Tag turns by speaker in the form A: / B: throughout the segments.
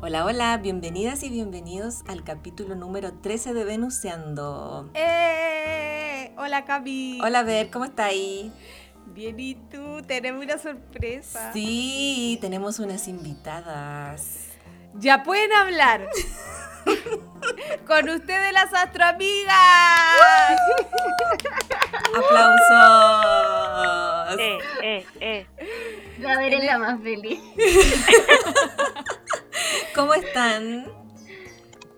A: Hola, hola, bienvenidas y bienvenidos al capítulo número 13 de Venuseando.
B: ¡Eh! Hola Cami.
A: Hola, Ver, ¿cómo está ahí?
B: Bien, ¿y tú? Tenemos una sorpresa.
A: Sí, tenemos unas invitadas.
B: Ya pueden hablar. Con ustedes las astroamigas.
A: ¡Aplausos!
C: Eh, eh, eh.
D: La ver es la más feliz.
A: ¿Cómo están?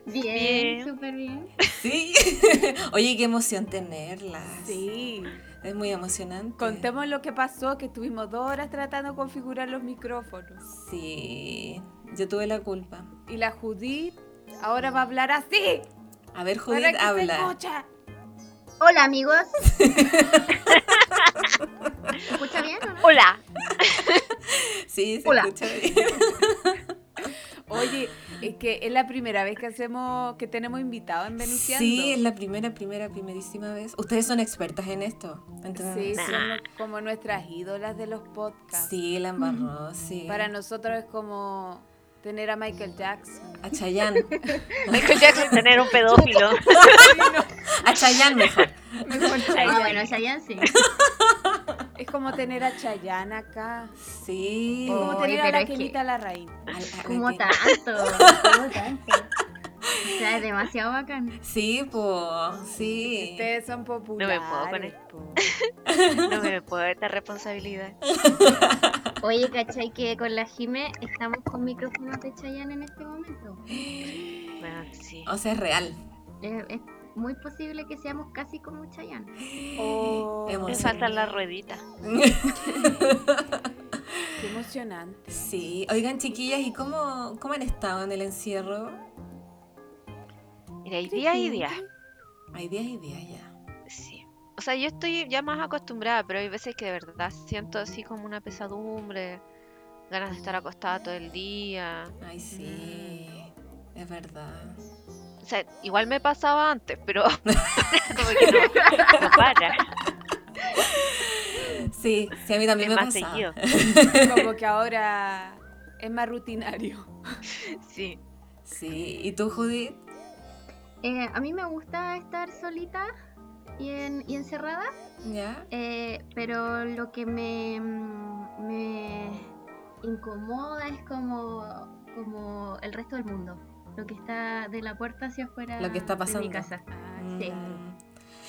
D: Bien,
C: Bien.
D: súper bien.
A: Sí. Oye, qué emoción tenerlas.
B: Sí.
A: Es muy emocionante.
B: Contemos lo que pasó, que estuvimos dos horas tratando de configurar los micrófonos.
A: Sí, yo tuve la culpa.
B: Y la Judith ahora va a hablar así.
A: A ver,
B: para
A: Judith,
B: que se
A: habla.
B: escucha.
D: Hola, amigos. ¿Se escucha bien o no?
C: Hola.
A: Sí, se
D: Hola.
A: escucha bien.
B: Oye, es que es la primera vez que hacemos, que tenemos invitados en Venusiando.
A: Sí, es la primera, primera, primerísima vez. Ustedes son expertas en esto.
B: Sí,
A: ¿entendés?
B: son lo- como nuestras ídolas de los podcasts.
A: Sí, la embarró, sí.
B: Para nosotros es como tener a Michael Jackson.
A: A Chayanne.
C: Michael Jackson tener un pedófilo.
A: A Chayanne mejor.
B: Mejor
D: Ah,
B: Chayanne.
D: bueno, ya ya sí.
B: es como tener a Chayanne acá.
A: Sí.
B: Es como
D: Oye,
B: tener a
D: pero
B: la
D: es
B: que
D: que-
B: imita a la raíz.
A: Al- al-
D: Como
A: que-
D: tanto? ¿Cómo tanto? O sea, es demasiado bacán.
A: Sí, po, sí.
B: Ustedes son populares.
C: con No me puedo dar esta responsabilidad.
D: Oye, ¿cachai que con la Jime estamos con micrófonos de Chayanne en este momento?
C: Bueno, sí.
A: O sea, es real.
D: Eh, Es, es muy posible que seamos casi como Chayanne.
B: Oh,
C: Me
A: Emocionante.
C: faltan las rueditas.
B: qué emocionante.
A: Sí. Oigan, chiquillas, ¿y cómo, cómo han estado en el encierro?
C: Mira, hay día y día.
A: Hay días y días ya.
C: Sí. O sea, yo estoy ya más acostumbrada, pero hay veces que de verdad siento así como una pesadumbre, ganas de estar acostada todo el día.
A: Ay, sí. Es verdad.
C: O sea, igual me pasaba antes, pero como que no, no para.
A: Sí, sí, a mí también
C: Es
A: me ha
C: más
A: pasado.
C: seguido.
B: Como que ahora es más rutinario.
C: Sí.
A: Sí. ¿Y tú, Judith?
D: Eh, a mí me gusta estar solita y, en- y encerrada.
A: ¿Ya?
D: Eh, pero lo que me, mm, me incomoda es como, como el resto del mundo. Lo que está de la puerta hacia afuera
A: Lo que está
D: de
A: pasando.
D: mi casa.
B: Ah,
D: Sí.
B: claro.
A: Mm.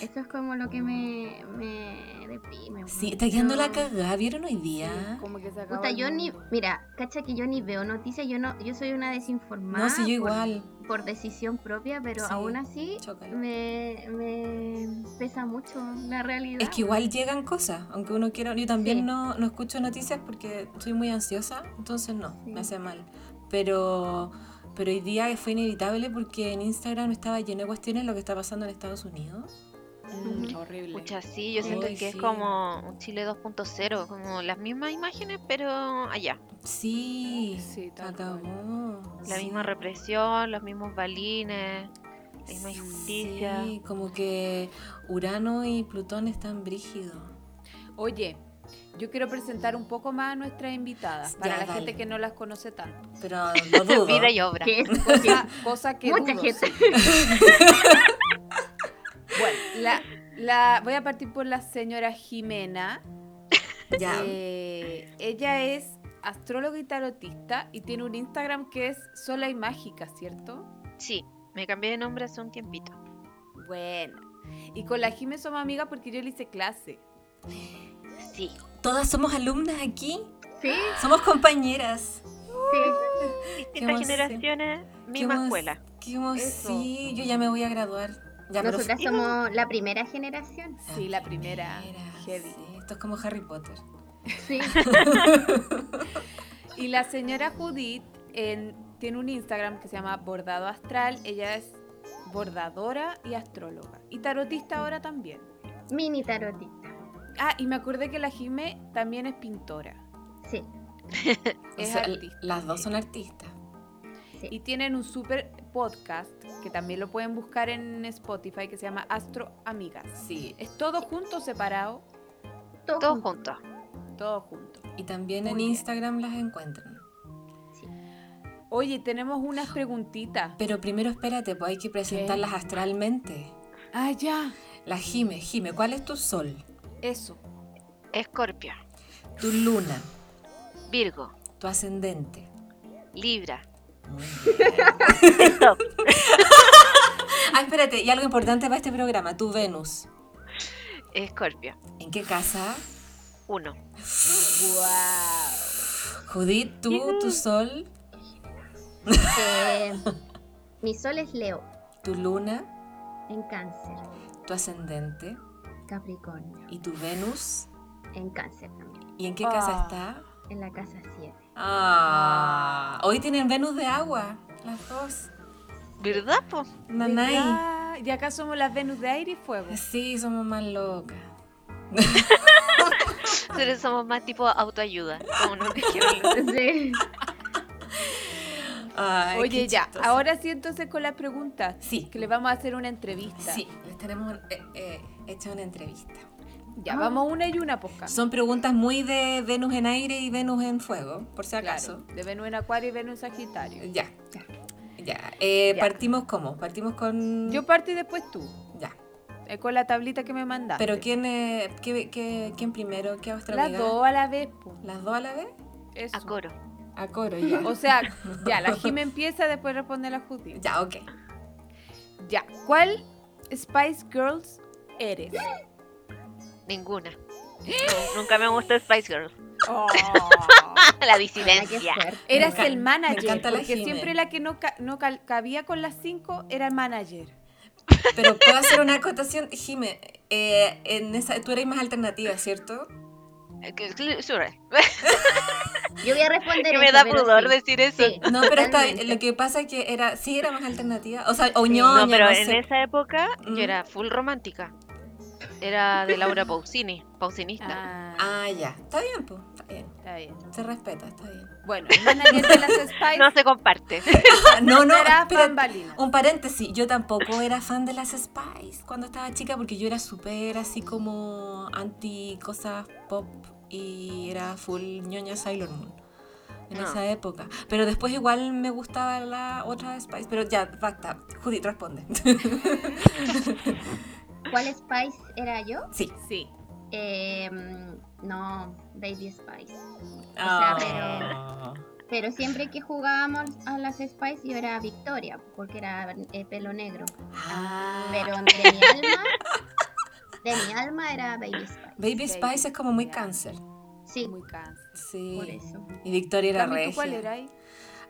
D: Eso es como lo que me, me deprime.
A: Sí,
D: weón.
A: está quedando la
D: No.
A: cagada, ¿vieron hoy
B: Sí,
A: día?
B: como que se acabó
D: Puta,
B: el
D: yo ni,
B: mundo.
D: mira, cacha que yo ni veo noticias, yo no, yo soy una desinformada
A: No, sí, yo
D: por-
A: igual.
D: por, decisión propia, pero
A: Sí.
D: aún así
A: Chócala.
D: me, me pesa mucho la realidad.
A: Es que igual llegan cosas, aunque uno quiera. Yo también
D: Sí.
A: no, no escucho noticias porque soy muy ansiosa, entonces no,
D: Sí.
A: me hace mal. Pero, pero hoy día fue inevitable porque en Instagram estaba lleno de cuestiones de lo que está pasando en Estados Unidos.
B: Mm,
D: Ujú.
B: horrible.
C: Pucha, sí, yo siento
A: Ay,
C: que es
A: sí.
C: como un Chile 2.0, como las mismas imágenes, pero allá.
A: Sí,
B: Sí,
A: se
B: tal cual.
A: acabó.
C: La
A: sí.
C: misma represión, los mismos balines, la misma
A: Sí,
C: injusticia.
A: como que Urano y Plutón están brígidos.
B: Oye, yo quiero presentar un poco más a nuestras invitadas,
A: Ya,
B: para la
A: dale.
B: gente que no las conoce tanto.
A: Pero lo dudo.
C: Vida y obra.
D: Que es
B: Cosa, cosa que
D: mucha
B: dudo,
D: gente.
B: Bueno, la, la- voy a partir por la señora Jimena.
A: Ya.
B: Eh, ella es astróloga y tarotista y tiene un Instagram que es Sola y Mágica, ¿cierto?
C: Sí, me cambié de nombre hace un tiempito.
B: Bueno. Y con la Jimena somos amigas porque yo le hice clase.
C: Sí.
A: Todas somos alumnas aquí.
D: Sí,
A: Somos compañeras.
D: sí.
C: Distintas
A: emoción.
C: generaciones, misma
A: Qué emo-
C: escuela.
A: Qué emo-
B: Eso.
A: Sí, yo ya me voy a graduar. Ya, pero-
D: Nosotras somos la primera generación.
B: Sí, la primera. Ah, Heavy.
A: sí. esto es como Harry Potter.
D: Sí.
B: Y la señora Judith en- tiene un Instagram que se llama Bordado Astral. Ella es bordadora y astróloga. Y tarotista ahora también.
D: Mini tarotista.
B: Ah, y me acordé que la Jime también es pintora.
D: Sí.
A: O
B: Es
A: sea,
B: artista.
A: las dos son artistas.
B: Y tienen un super podcast que también lo pueden buscar en Spotify que se llama Astro Amigas.
A: Sí.
B: Es todo junto, separado,
D: Todo
C: Todos
D: junto.
C: juntos.
B: todo junto.
A: Y también
B: Muy
A: en
B: bien.
A: Instagram las encuentran.
B: Oye, tenemos unas preguntitas.
A: Pero primero espérate, pues hay que presentarlas astralmente.
B: Ah, ya.
A: La Jime, Jime, ¿cuál es tu sol?
B: Eso.
C: Escorpio,
A: Tu luna,
C: Virgo,
A: tu ascendente.
C: Libra.
A: Muy bien. ah, espérate, y algo importante para este programa, tu Venus.
C: Escorpio,
A: ¿En qué casa?
C: uno.
B: Wow.
A: Judith, tú, tu sol,
D: Eh, mi sol es Leo,
A: tu luna,
D: en cáncer.
A: tu ascendente
D: Capricornio,
A: y tu Venus.
D: en cáncer también.
A: ¿Y en qué
B: Ah.
A: casa está?
D: En la casa 7.
A: Ah, hoy tienen Venus de agua, las dos.
C: ¿Verdad, po?
A: Nanay.
B: ¿Verdad? Y acá somos las Venus de aire y fuego.
A: Sí, somos más locas.
C: Nosotros somos más tipo autoayuda. Como no que quiero-
D: Sí.
A: Ay,
B: Oye,
A: qué
B: ya.
A: chistoso.
B: Ahora sí, entonces con las preguntas.
A: Sí,
B: Que le vamos a hacer una entrevista.
A: ah, sí, les tenemos eh, eh, hecha una entrevista.
B: Ya,
D: Ah.
B: vamos una y una, pues, posca.
A: Son preguntas muy de Venus en aire y Venus en fuego, por si acaso.
B: Claro, de Venus en Acuario y Venus en Sagitario.
A: Ya, ya. Eh,
B: Ya.
A: ¿Partimos cómo? Partimos con...
B: Yo parto y después tú,
A: Ya.
B: eh, con la tablita que me mandaste.
A: ¿Pero quién, eh, qué, qué- quién primero? ¿Qué
B: Las
A: australiana?
B: dos a la vez, po.
A: ¿Las dos a la vez?
B: Eso.
C: A coro.
A: A coro, ya.
B: O sea, ya, la Jime empieza, después responde la Judith.
A: ya, ok.
B: Ya, ¿cuál Spice Girls eres?
C: Ninguna. Nu- Nunca me gustó Spice Girls.
B: Oh.
C: La
D: Hola, qué
C: disidencia.
D: fuerte.
B: Eras
A: Me
B: el manager,
A: encanta la eh.
B: porque
A: Jime.
B: siempre la que no, ca- no cal- cabía con las cinco era el manager.
A: Pero puedo hacer una acotación, Jime. eh, en esa, tú eres más alternativa, ¿cierto?
C: Eh, que- que- sure.
D: Yo voy a responder
C: Que me
D: eso,
C: da
D: pero
C: pudor
D: sí.
C: decir eso.
D: Sí,
A: No, pero está,
D: totalmente.
A: lo que pasa es que era, sí era más alternativa. O sea, o
C: No,
A: ñoña, no,
C: pero en
A: sé.
C: esa época
A: Mm.
C: yo era full romántica. Era de Laura Pausini, pausinista.
B: Ah,
A: Ah, ya. Está bien, pues. Está bien.
B: está bien.
A: Se respeta, está bien.
B: Bueno, el manager de las Spice
C: No se comparte.
A: Ah, No, no,
B: era
A: espérate.
B: bambalina.
A: Un paréntesis, yo tampoco era fan de las Spice cuando estaba chica porque yo era súper así como anti cosas pop y era full ñoña Sailor Moon en
C: Ah.
A: esa época. Pero después igual me gustaba la otra Spice. Pero ya, basta. Judith, responde.
D: ¿Cuál Spice era yo?
A: sí.
B: Sí.
D: Eh, mm, no, Baby Spice.
A: Ah.
D: O sea, Pero siempre que jugábamos a las Spice yo era Victoria, porque era eh, pelo negro.
A: Ah.
D: Pero de mi alma, de mi alma era Baby Spice.
A: Baby Spice es como muy
B: Ya.
A: cáncer.
D: Sí,
B: Muy cansado.
D: por
A: Sí.
D: eso.
A: Y Victoria era
B: Cami,
A: regia.
B: ¿tú cuál era ahí?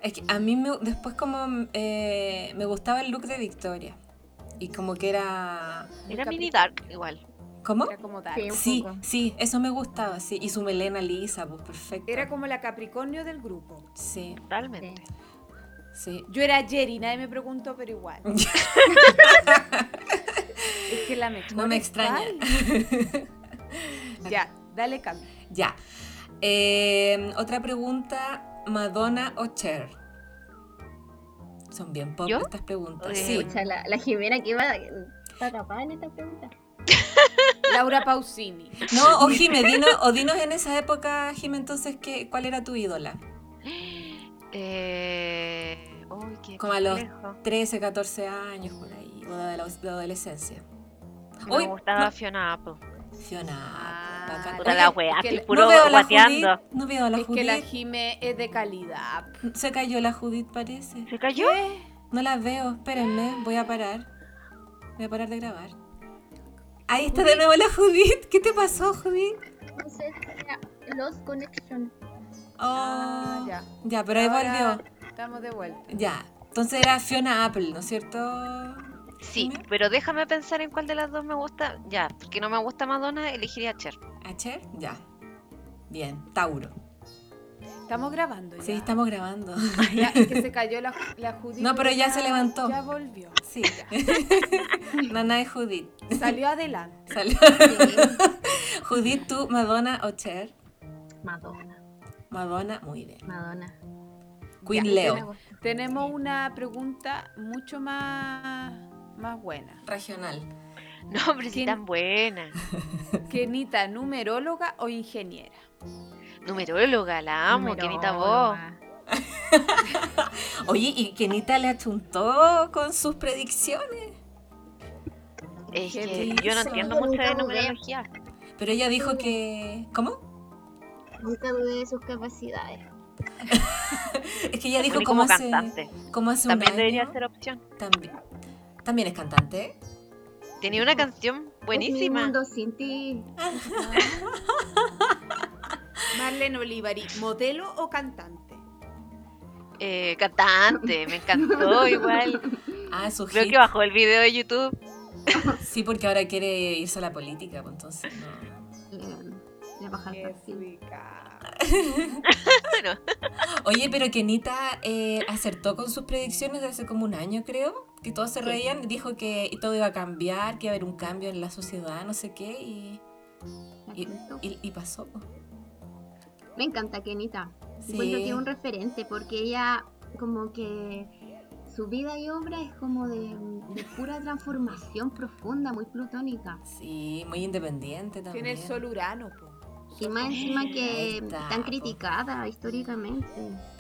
A: Es que a mí me- después como eh, me gustaba el look de Victoria. Y como que era...
C: Era mini dark igual.
A: ¿Cómo?
B: Era como Dark.
D: Sí. un
A: Sí,
D: poco.
A: sí, eso me gustaba, sí. Y su melena lisa, pues perfecto.
B: Era como la Capricornio del grupo.
A: Sí,
C: Totalmente.
A: sí.
B: Yo era Jerry, nadie me preguntó, pero igual. es que la mejor
A: No me
B: es
A: extraña.
B: Cami. ya, dale cambio.
A: Ya. Eh, otra pregunta, Madonna o Cher. Son bien pop
C: ¿Yo?
A: estas preguntas.
C: Eh,
A: Sí.
D: O sea, la, la Jimena que iba está tapada en esta pregunta.
B: Laura Pausini.
A: No, o Jime, dinos, o dinos en esa época, Jime, entonces, ¿qué, ¿cuál era tu ídola?
C: Eh... uy, qué
A: Como a los-
C: complejo.
A: 13, 14 años, por ahí, o de la, de la adolescencia.
C: Me
A: Uy,
C: gustaba Fiona Apple.
A: no, Fiona, pues, bacán.
C: Puta la wea,
B: es que
C: así
B: la- no
C: puro
A: veo a la
C: guateando.
A: Judith, no veo a la
B: es que la
A: Judith.
B: Jime es de calidad.
A: Se cayó la Judith, parece.
C: ¿Se cayó?
A: No las veo, espérenme, voy a parar. Voy a parar de grabar. Ahí está de nuevo la Judith. ¿Qué te pasó, Judith?
D: Entonces era Lost Connection.
A: Oh,
B: Ah,
A: ya.
B: ya.
A: pero ahí
B: Ahora
A: volvió.
B: Estamos de vuelta.
A: Ya. Entonces era Fiona Apple, ¿no es cierto?
C: Sí,
A: Dime.
C: pero déjame pensar en cuál de las dos me gusta. Ya, porque no me gusta Madonna, elegiría Cher.
A: ¿Acher? Ya. Bien, Tauro.
B: Estamos grabando ya.
A: Sí, estamos grabando.
B: Ya, es que se cayó la, la Judith.
A: No, pero ya se levantó.
B: Ya volvió.
A: Sí. Nana es Judith.
B: Salió adelante.
A: Salió- Judith, tú, Madonna o Cher.
D: Madonna,
A: Madonna, muy bien.
D: Madonna.
A: Queen
B: Ya,
A: Leo.
B: Tenemos, tenemos una pregunta mucho más, más buena.
A: Regional.
C: No, pero si
B: ¿Quién?
C: tan buena.
B: Kenita, numeróloga o ingeniera.
C: Numeróloga, la amo, Kenita vos.
D: Numeróloga.
A: Oye, ¿y Kenita le achuntó con sus predicciones?
C: Es
B: Qué
C: que yo no
A: risa.
C: entiendo mucho de
D: Nunca jugué.
C: numerología.
A: Pero ella dijo que... ¿Cómo?
D: Nunca dudé de sus capacidades.
A: Es que ella dijo
C: Dijo
A: como
C: como
A: hace,
C: cantante.
A: como hace un
C: También debería
A: año.
C: ser opción.
A: También. También es cantante.
C: Tenía una canción
D: Es mi
C: buenísima.
D: mundo sin ti.
B: Marlene Olivari, ¿modelo o cantante?
C: Eh, cantante, me encantó igual.
A: Ah, su
C: Creo
A: hit.
C: que bajó el video de YouTube.
A: Sí, porque ahora quiere irse a la política, pues entonces no.
D: Le, le baja el
B: Qué
D: perfil.
B: rica.
A: Oye, pero Kenita eh, acertó con sus predicciones de hace como un año, creo. Que todos se reían, dijo que todo iba a cambiar, que iba a haber un cambio en la sociedad, no sé qué, y, y, y- y pasó. pues. po.
D: Me encanta Kenita.
A: Sí.
D: Encuentro que es un referente porque ella como que su vida y obra es como de, de pura transformación profunda, muy plutónica.
A: Sí, muy independiente también.
B: Tiene el sol urano, po.
D: Y más encima que
A: Ahí está,
D: tan
A: po.
D: criticada históricamente.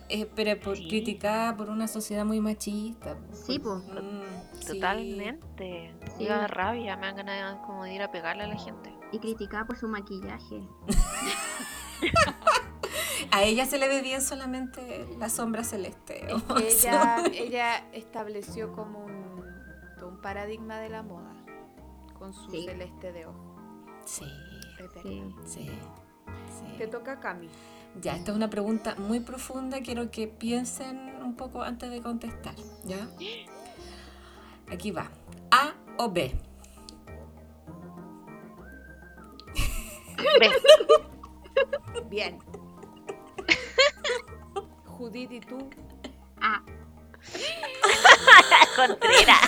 A: Eh, pero por,
C: Sí.
A: criticada por una sociedad muy machista. po.
D: Sí, po.
A: Mm, sí.
C: Totalmente.
D: Sí.
C: Me da rabia, me dan ganas como de ir a pegarle a la gente.
D: Y criticada por su maquillaje.
A: A ella se le ve bien solamente la sombra celeste.
B: Es que ella, ella estableció como un, todo un paradigma de la moda con su
D: Sí.
B: celeste de ojo.
A: Sí,
B: Es verdad.
D: Sí.
A: sí. sí.
B: Te toca Cami.
A: Ya, esta es una pregunta muy profunda, quiero que piensen un poco antes de contestar, ¿ya? Aquí va. A o B.
C: Ve,
B: Bien. Judith y tú.
D: Ah,
C: Contreras.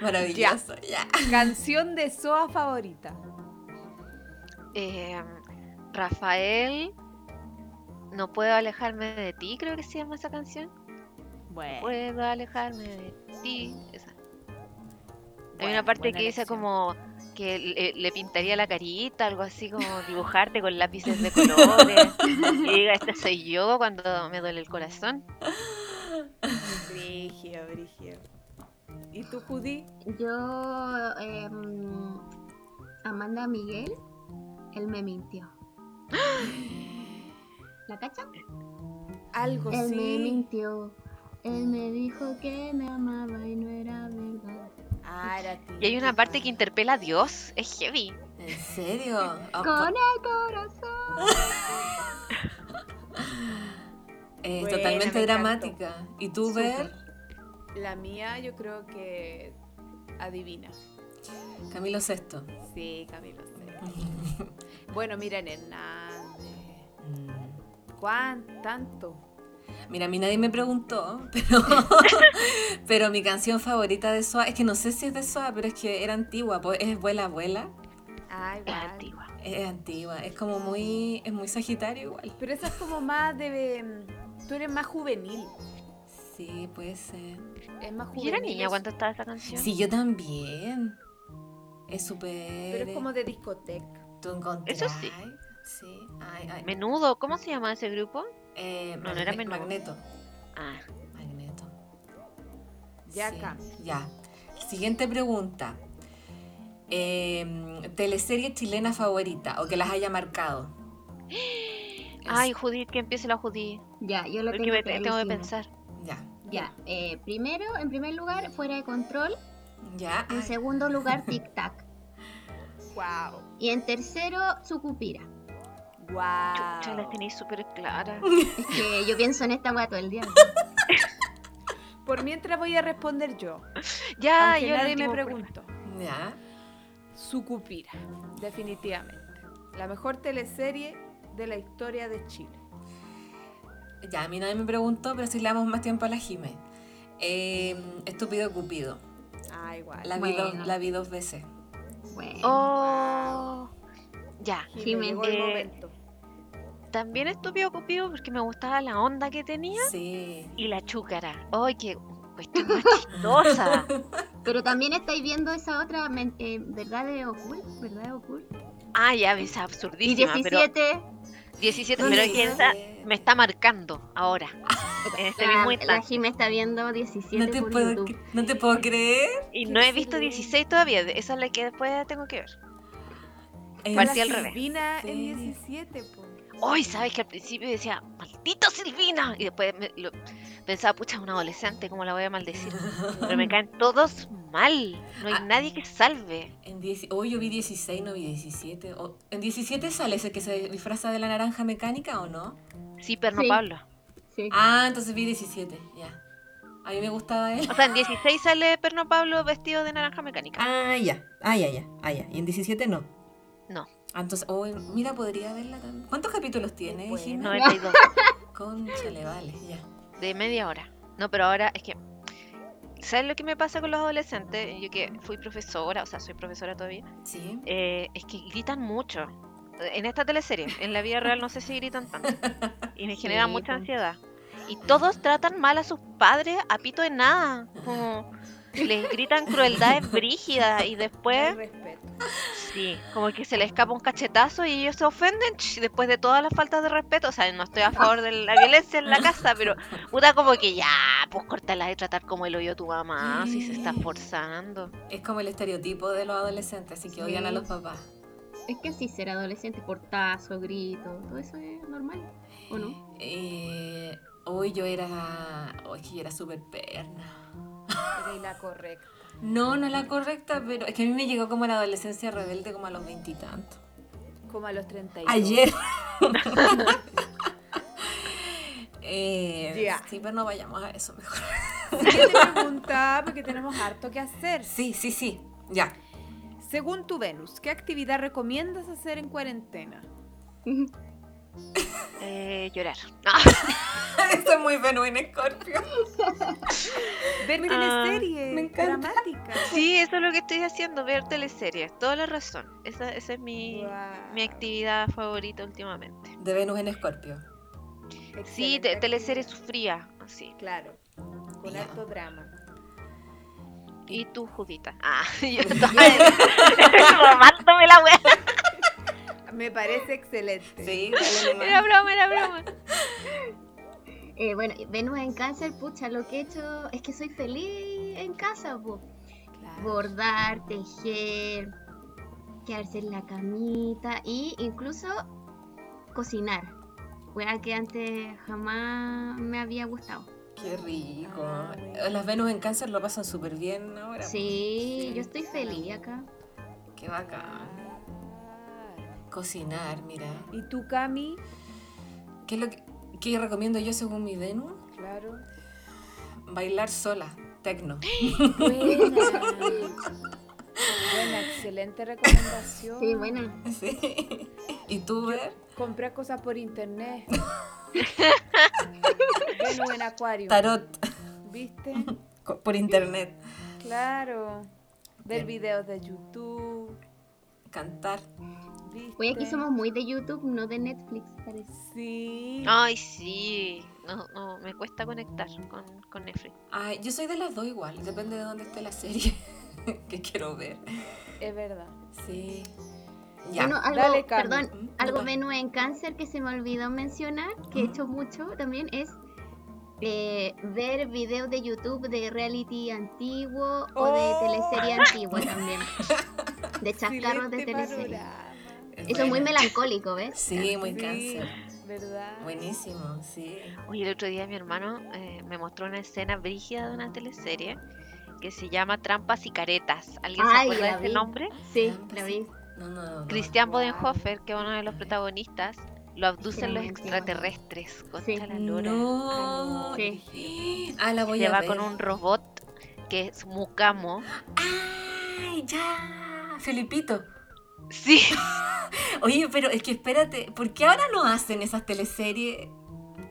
A: Maravilloso, ya.
B: Canción de Soa favorita.
C: Eh, Rafael, no puedo alejarme de ti, creo que se llama esa canción.
B: Bueno.
C: Puedo alejarme de ti. Esa. Hay
B: Buena,
C: una parte
B: buena
C: que dice
B: elección.
C: como que le, le pintaría la carita, algo así como dibujarte con lápices de colores. y diga, esta soy yo cuando me duele el corazón.
B: Brigio, Brigio. ¿Y tú, Judith?
D: yo... em, Amanda Miguel, él me mintió. ¿La cacha?
B: Algo
A: Pues
D: Él me
B: sí.
D: mintió. Él me dijo que me amaba y no era verdad.
B: Ah, era ti.
C: Y hay una parte que interpela a Dios. Es heavy.
A: ¿En serio? Ah,
D: Con
A: po-
D: el corazón.
A: eh,
B: Buena,
A: totalmente
B: me
A: dramática. ¿Y tú, Ver?
B: La mía, yo creo que adivina.
A: Camilo Sexto.
B: Sí, Camilo. sí. Bueno, miren, Hernández.
A: Mm.
B: ¿Cuán tanto?
A: Mira, a mí nadie me preguntó, pero, pero mi canción favorita de Soa, es que no sé si es de Soa, pero es que era antigua, pues es Vuela, Abuela.
B: Ay,
C: Es antigua.
A: Es antigua, es como muy, es muy Sagitario igual.
B: Pero esa es como más de... mm, Tú eres más juvenil.
A: Sí, puede ser.
B: Es más juvenil.
C: Yo era niña
B: es-
C: cuando estaba esa canción.
A: Sí, yo también. Es súper.
B: Pero es como de discoteca.
A: Tú encontrás.
C: Eso sí.
A: Sí. Ay, ay.
C: Menudo, ¿cómo se llama ese grupo?
A: Eh,
C: No, no era
A: magne-
C: menudo.
A: Magneto.
C: Ah,
A: Magneto.
B: Ya
A: Sí,
B: Cami.
A: Ya. Siguiente pregunta. Eh, teleserie chilena favorita o que las haya marcado.
C: ay, Judith, que empiece la Judith.
D: Ya, yo lo
C: Porque
D: tengo
C: me- tengo que
D: clarísimo.
C: pensar.
A: Ya.
D: Ya, eh, primero, en primer lugar, fuera de control.
A: Ya.
D: En
A: ay,
D: segundo lugar, Tic Tac.
B: Wow.
D: Y en tercero, Sucupira.
C: Chucha, las
B: Wow.
C: tenéis súper claras.
D: Es que yo pienso en esta weá todo el día.
B: Por mientras voy a responder yo.
C: Ya,
B: aunque
C: Ah, yo
B: nadie me
C: pregunto
B: preguntó.
A: Ya.
B: Sucupira, definitivamente. la mejor teleserie de la historia de Chile.
A: Ya, a mí nadie me preguntó, pero sí le damos más tiempo a la Jime. Eh, Estúpido Cupido.
B: Ah, igual.
A: La vi, dos, la vi dos veces.
D: Bueno.
C: Oh, ya.
B: Jime,
D: Jimé,
B: llegó el
C: eh,
B: momento.
C: También estúpido Cupido porque me gustaba la onda que tenía
A: Sí.
C: y la chúcara. ¡Ay, qué cuestión más chistosa!
D: Pero también estáis viendo esa otra, men- eh, ¿verdad de Oculta? ¿Verdad de Oculta?
C: Ah, ya ves,
D: Y
C: absurdísima.
D: 17.
C: Pero 17, pero es que esa me está marcando ahora. En este mismo
D: La, la
C: instante.
D: Jime está viendo 17
A: No te,
D: por
A: puedo,
D: YouTube.
A: cre- no te puedo creer.
C: Y no he visto 16 todavía. de- Esa es la que después tengo que ver.
A: Eh,
C: Partí al
B: la
C: revés.
B: Silvina en
A: Sí.
B: 17, po.
C: Hoy, ¿sabes que al principio decía, maldito Silvina? Y después me- lo- pensaba, pucha, un adolescente, ¿cómo la voy a maldecir? Pero me caen todos mal. No hay
A: Ah.
C: nadie que salve.
A: En dieci- oh, yo vi 16, no vi 17. Oh, ¿En 17 sale ese que se disfraza de la naranja mecánica o no?
C: Sí, pero no
D: Sí.
C: Pablo.
D: Sí.
A: Ah, entonces vi 17, ya. A mí me gustaba él.
C: O sea, en 16 sale Perno Pablo vestido de naranja mecánica.
A: Ah, ya. Ah, ya, ya. Ah, ya. Y en 17 no.
C: No.
A: Ah, entonces, oh, mira, podría verla también. ¿Cuántos capítulos tiene,
B: Bueno.
A: Jimena?
C: 92.
A: Conchale, vale, ya.
C: De media hora. No, pero ahora es que. ¿Sabes lo que me pasa con los adolescentes? Yo que fui profesora, o sea, soy profesora todavía.
A: Sí.
C: eh, es que gritan mucho. En esta teleserie, en la vida real no sé si gritan tanto. Y me genera
D: Sí,
C: mucha
D: pues.
C: ansiedad. Y todos tratan mal a sus padres a pito de nada. Como les gritan crueldades brígidas y
B: El
C: después,
B: respeto.
C: sí, como que se les escapa un cachetazo y ellos se ofenden ch, después de todas las faltas de respeto. O sea, no estoy a favor de la violencia en la casa, pero puta como que ya, pues cortala de tratar como el hoyo tu mamá, si se está forzando.
A: Es como el estereotipo de los adolescentes, así que
D: Sí.
A: odian a los papás.
D: Es que así ser adolescente, portazo, grito, todo eso es normal, ¿o no?
A: Eh, hoy yo era. Hoy que yo era súper perna.
B: Era ahí la correcta.
A: No, no es la correcta, pero es que a mí me llegó como la adolescencia rebelde, como a los veintitantos.
B: Como a los 32.
A: Ayer. eh,
B: Ya.
A: Sí, pero no vayamos a eso mejor.
B: Yo te preguntaba porque tenemos harto que hacer.
A: Sí, sí, sí. Ya.
B: Según tu Venus, ¿qué actividad recomiendas hacer en cuarentena?
C: Eh, llorar.
A: Esto es muy genuino, Scorpio.
B: Ver
C: Ah,
B: teleseries
A: me encanta.
B: dramáticas.
C: Sí, eso es lo que estoy haciendo, ver teleseries. Toda la razón. Esa, esa es mi,
B: Guau.
C: mi actividad favorita últimamente.
A: De Venus en Escorpio.
C: Sí,
B: Excelente
C: te- teleseries
B: actividad.
C: sufría, así.
B: Claro, con
A: Ya.
B: harto drama.
C: Y tú, Judita. Ah, yo estaba tomándome la wea.
B: Me parece excelente.
A: Sí, dale nomás.
C: Era broma, era broma.
D: Eh, bueno, Venus en cáncer, pucha, lo que he hecho es que soy feliz en casa, po.
B: Claro.
D: bordar, tejer, quedarse en la camita y incluso cocinar. Wea que antes jamás me había gustado.
A: Qué rico.
B: Ah, bueno.
A: Las Venus en Cáncer lo pasan súper bien ahora.
D: Sí,
B: Sí.
D: yo estoy feliz acá.
A: Qué bacán.
B: Claro.
A: Cocinar, mira.
B: ¿Y tú, Cami?
A: ¿Qué es lo que, qué recomiendo yo según mi Venus?
B: Claro.
A: Bailar sola, tecno.
B: Buena. Buena, excelente recomendación.
D: Sí, buena.
A: Sí. ¿Y tú, Ver?
B: Compré cosas por internet. Venus en acuario.
A: Tarot
B: ¿Viste?
A: co- por internet.
B: Claro. Ver
A: Bien.
B: videos de YouTube.
A: Cantar.
B: ¿Viste?
D: Hoy aquí somos muy de YouTube, no de Netflix, parece.
B: Sí.
C: Ay, sí. No, no, me cuesta conectar con, con Netflix.
A: Ay, yo soy de las dos igual, depende de dónde esté la serie que quiero ver.
B: Es verdad.
A: Sí. Ya.
D: Bueno, algo,
B: Dale, Cami.
D: perdón,
A: Mm,
D: algo
A: dale.
D: Venus en cáncer que se me olvidó mencionar, que he
A: Ujú.
D: hecho mucho también, es eh, ver videos de YouTube de reality antiguo o
B: Oh.
D: de teleserie antigua también. De chascarros de
B: Excelente
D: teleserie.
B: panorama.
A: Es
D: Eso es muy
A: buena.
D: melancólico, ¿ves?
A: Sí, muy
B: Sí,
A: cáncer.
B: ¿Verdad?
A: Buenísimo, sí.
C: Oye, el otro día mi hermano eh, me mostró una escena brígida de una teleserie que se llama Trampas y Caretas. ¿Alguien se
D: Ay,
C: acuerda de
D: la
C: ese
D: vi.
C: nombre?
D: Sí,
A: Ah,
D: la
A: sí.
D: vi.
A: No, no, no. no.
C: Cristian
B: Guau.
C: Bodenhofer, que es uno de los protagonistas, lo abducen los
D: Tremendo.
C: extraterrestres. Concha la lora.
A: No.
B: Ah,
D: Sí.
A: Ah, la voy
C: Se
A: a
C: va
A: ver.
C: con un robot que es Mucamo.
A: ¡Ay, ya! Felipito.
C: Sí.
A: Oye, pero es que espérate, ¿por qué ahora no hacen esas teleseries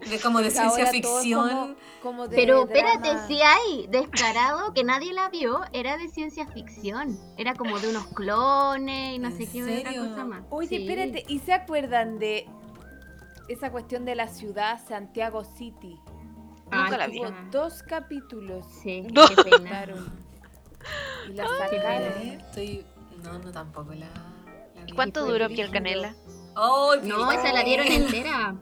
A: de como de ciencia
B: Ahora todo es como-
A: ficción?
B: como de
D: Pero espérate,
B: drama.
D: si hay descarado que nadie la vio, era de ciencia ficción. Era como de unos clones y no
A: ¿En
D: sé qué otra
A: serio?
D: cosa más.
B: Oye,
D: Sí.
B: espérate, ¿y se acuerdan de esa cuestión de la ciudad Santiago City?
D: Ah,
C: Nunca la vi.
B: Hubo dos capítulos.
D: Sí,
C: No.
D: qué pena.
B: Claro. Y la
A: Mira,
B: sacaron.
A: eh, Estoy... No, no tampoco la... la Oh,
C: ¿Y
A: vi.
C: cuánto
D: fue
C: duró
D: brígido.
C: Piel Canela?
A: ¡Ay,
D: No,
A: pero-
D: esa la dieron entera.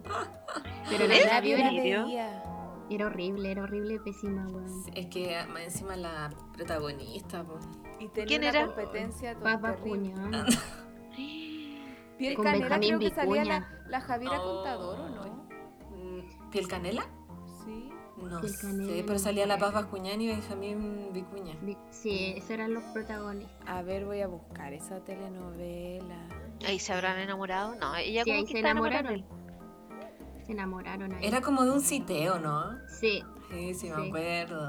D: Pero
C: ¿Eh?
D: nadie la
B: Nadie
D: vio,
B: la
D: era,
C: ¿En serio?
B: veía.
D: era horrible, era horrible, pésima, weón.
A: Es que más encima la protagonista, po.
B: Y tenía
C: ¿Quién
B: una
C: era?
B: competencia tan
D: Papa
B: terrible.
D: Cuña.
B: Piel
D: Con
B: Canela
D: Benjamín
B: creo que salía la,
D: Vicuña.
B: la Javiera
A: Oh.
B: Contador, ¿o no?
A: Mm, ¿Piel canela?
B: Sí.
A: No
D: Piel
A: sé,
D: Canela,
A: pero
D: no
A: salía La Paz
D: creo.
A: Bascuñán y Benjamín Vicuña.
D: Sí, esos eran los protagonistas.
B: A ver, voy a buscar esa telenovela.
C: Ahí se habrán enamorado. No, ella
D: Sí,
C: como
D: ahí
C: que
D: se
C: está enamorada.
D: enamoraron. Se enamoraron ahí.
A: Era como de un siteo, ¿no?
D: Sí,
A: Sí, sí, me
D: Sí.
A: acuerdo.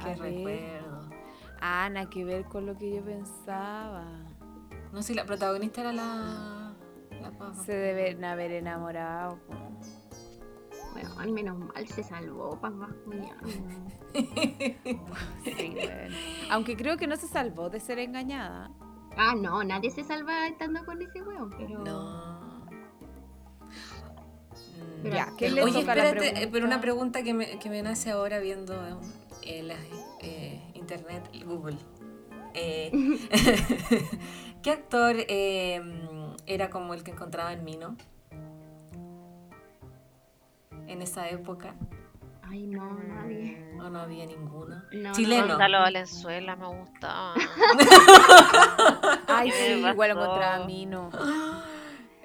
B: A
A: Qué
B: ver.
A: recuerdo.
B: Ah, nada que ver con lo que yo pensaba.
A: No sé, la protagonista era la. La papa.
B: Se deben haber enamorado. po.
D: bueno, al menos mal se salvó, Papa Cuña.
B: Sí, bueno. Aunque creo que no se salvó de ser engañada.
D: Ah, no, nadie se salva estando con ese weón, pero.
A: No. Mm,
D: Pero-
B: Ya, ¿quién le
A: Oye,
B: toca la
A: espérate, eh,
B: pregunta?
A: pero una pregunta que me, que me nace ahora viendo eh, la, eh, internet y Google. Eh, ¿Qué actor eh, era como el que encontraba en Mino? En esa época,
D: Ay, no, nadie.
A: ¿o no había ninguno?
D: No, no.
A: Chileno.
C: Mm. Gonzalo Valenzuela me gustaba.
B: Ay,
C: ¿Qué
B: sí,
C: le
B: igual
C: pasó?
B: encontraba a mí, no.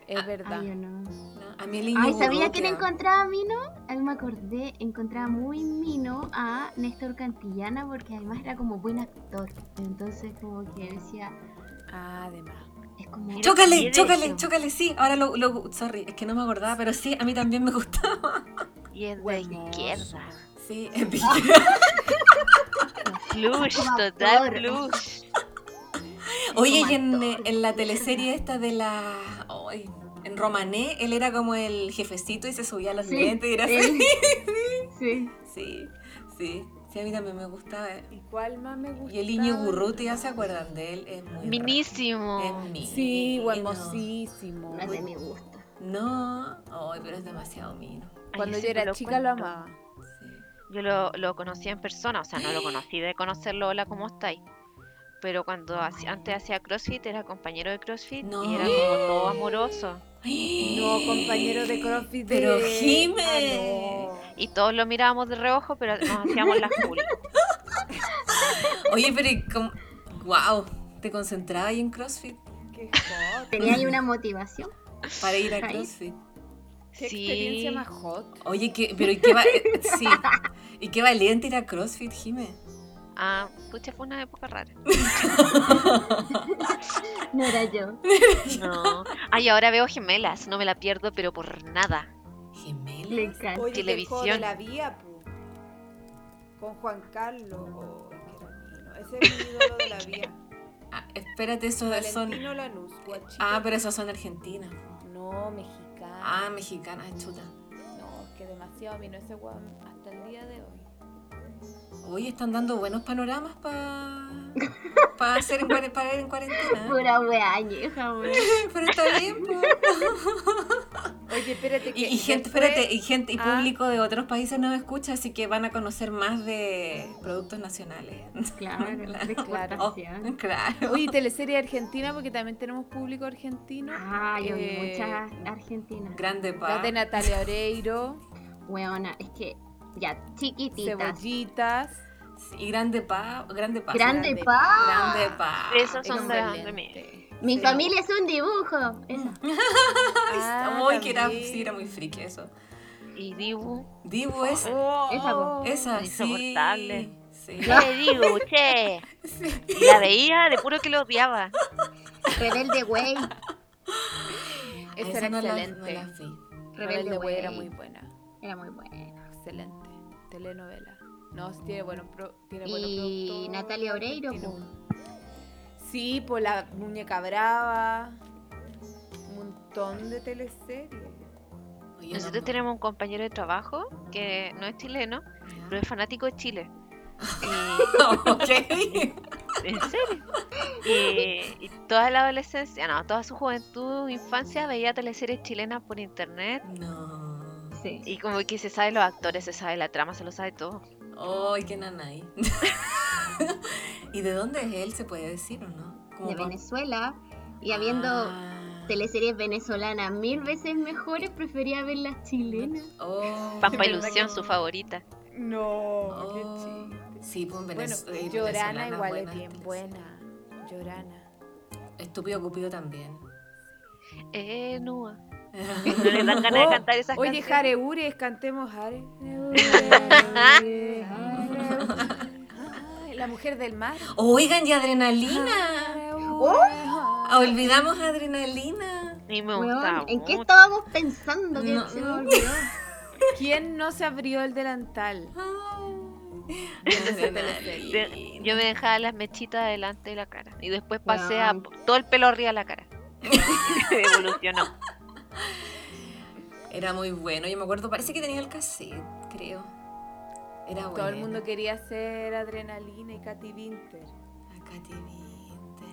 B: Es verdad.
D: Ay, yo no.
A: No, A mí el niño
D: Ay, ¿sabía quién
A: Urrutia.
D: encontraba a Mino? Ay, me acordé, encontraba muy Mino a Néstor Cantillana porque además era como buen actor. Entonces, como que decía,
B: Ah, además.
D: es como. era
A: Chócale,
D: como
A: chócale,
D: derecho.
A: chócale, sí. Ahora lo, lo. Sorry, es que no me acordaba, pero sí, a mí también me gustaba.
C: y es de
B: Hermoso.
C: izquierda.
A: Sí, es
B: Ah,
A: de-
C: Blush,
D: Como
C: total
D: actor.
C: blush.
A: Oye,
D: como
A: y en,
D: actor.
A: en la teleserie esta de la. ay, en Romané, él era como el jefecito y se subía a los
D: Sí,
A: lentes y era así.
D: él. Sí.
A: Sí, sí. Sí, a mí también me gustaba.
B: ¿Y cuál más me gusta?
A: Y el niño Gurrutia, ¿se acuerdan de él? Es muy
C: Minísimo.
A: Es mino.
B: Sí, o hermosísimo.
D: No es de mi gusto.
A: No, ay, pero es demasiado mino.
C: Ay,
B: Cuando yo
C: siempre
B: era chica lo
C: cuento.
B: amaba.
A: Sí.
C: Yo lo, lo conocí en persona, o sea, no lo conocí de conocerlo, hola, ¿cómo estáis? Pero cuando hac- antes hacía CrossFit, era compañero de CrossFit y era como todo amoroso.
B: No, compañero de CrossFit de...
A: Pero Jime.
B: Ah, no.
C: Y todos lo mirábamos de reojo, pero nos hacíamos las cool.
A: Oye, pero wow, te concentraba ahí en CrossFit
B: Qué hot.
D: Tenía ahí una motivación.
A: para ir a
D: Ahí.
A: CrossFit.
B: Qué
C: Sí.
B: experiencia más hot.
A: Oye, ¿qué, pero ¿y qué va- eh, sí. ¿Y qué valiente ir a CrossFit, Jime?
C: Ah, pucha, fue una época rara.
D: No era yo.
C: No. Ay, ahora veo gemelas, no me la pierdo, pero por nada.
D: Le
A: Gemela.
D: encanta.
B: Oye, que el juego de
C: Televisión.
B: la vía, pu. Con Juan Carlos. Oh, es que era mi ídolo. Ese es mi ídolo de la vía.
A: Ah, espérate, esos son.
B: Valentino Lanús, guachito.
A: Ah, pero esos son argentinas.
B: No, mexicano.
A: Ah, mexicanas, chuta.
B: No, es que demasiado vino ese guan hasta el día de hoy.
A: Hoy están dando buenos panoramas para hacer en, cuare- pa ver en cuarentena.
D: Pura wea añeja, weón.
A: Pero está bien, po.
B: Oye, espérate que
A: Y, y gente,
B: después-
A: espérate, y gente, y
B: Ah.
A: público de otros países nos escucha, así que van a conocer más de productos nacionales.
D: Claro, de
A: Oh,
D: exportación.
A: claro.
B: Oye, teleserie argentina porque también tenemos público argentino.
D: Ah, yo vi
B: Eh,
D: muchas argentinas.
A: Grande
B: La
A: pa.
B: de Natalia Oreiro,
D: Weona, es que ya, chiquititas.
B: Cebollitas.
A: Y grande pa, grande pa.
D: Grande
B: grande
D: pa.
A: Grande pa.
C: Esos son de-
A: Excelente.
C: de mí.
D: Mi
B: Sí.
D: familia es un dibujo. Esa.
B: Ah,
A: Ay, que era,
B: también.
A: sí, era muy friki eso.
C: Y Dibu.
A: Dibu esa.
B: Oh,
D: Esa, po.
A: esa, sí.
C: insoportable.
A: Sí.
C: Che, Dibu, che.
A: Sí.
C: Y la veía, de puro que lo odiaba.
D: Rebelde güey.
B: Esa
A: Esa
B: era
A: no la-
B: excelente.
A: no la vi.
B: Rebelde Way era muy
D: güey.
B: buena.
D: Era muy buena.
B: Excelente. Telenovela. No, sí tiene buenos pro, tiene buenos
D: Y
B: productores
D: Natalia Oreiro,
B: argentinos.
D: po.
B: Sí, por la muñeca brava. Un montón de teleseries.
A: Oye,
C: Nosotros
A: no,
C: tenemos un compañero de trabajo que no es chileno,
A: no.
C: pero es fanático de Chile.
A: ok.
C: ¿En serio? Y, y toda la adolescencia, no, toda su juventud, infancia, veía teleseries chilenas por internet.
A: No.
D: Sí.
C: Y como que se sabe los actores, se sabe la trama, se lo sabe todo.
A: Ay, qué nanay. ¿Y de dónde es él? ¿Se puede decir o no? Como
D: De
A: pa-
D: Venezuela. Y habiendo
A: Ah.
D: teleseries venezolanas mil veces mejores, prefería ver las chilenas.
A: Oh.
C: Pampa
B: ¿verdad
C: Ilusión,
B: que
C: su
B: no?
C: favorita.
B: No,
A: Oh.
B: qué chiste.
A: Sí, pues en
B: Bueno,
A: Venez- eh,
B: Llorana
A: venezolana,
B: igual es
A: buenas
B: bien
A: teleseries.
B: buena. Llorana.
A: Estúpido Cupido también.
C: Eh, Nua. No Oh. le dan ganas de cantar esas
B: Oh, Oye,
C: canciones.
B: Jare Ures, cantemos Jare. Ay, La mujer del mar.
A: Oigan, y adrenalina.
B: Oh.
A: Ah, Olvidamos adrenalina.
C: Y me
D: Weón,
C: gustaba
D: ¿En qué
C: mucho.
D: estábamos pensando que
A: No.
D: se me olvidó?
B: ¿Quién no se abrió el delantal?
A: Ay,
C: De-
A: adrenalina.
C: Yo me dejaba las mechitas delante de la cara y después pasé
D: Wow.
C: a todo el pelo arriba de la cara. Evolucionó.
A: Era muy bueno. Yo me acuerdo, parece que tenía el cassette, creo. Era bueno.
B: Todo el mundo quería ser Adrenalina y Katy Winter.
A: Acá te viste.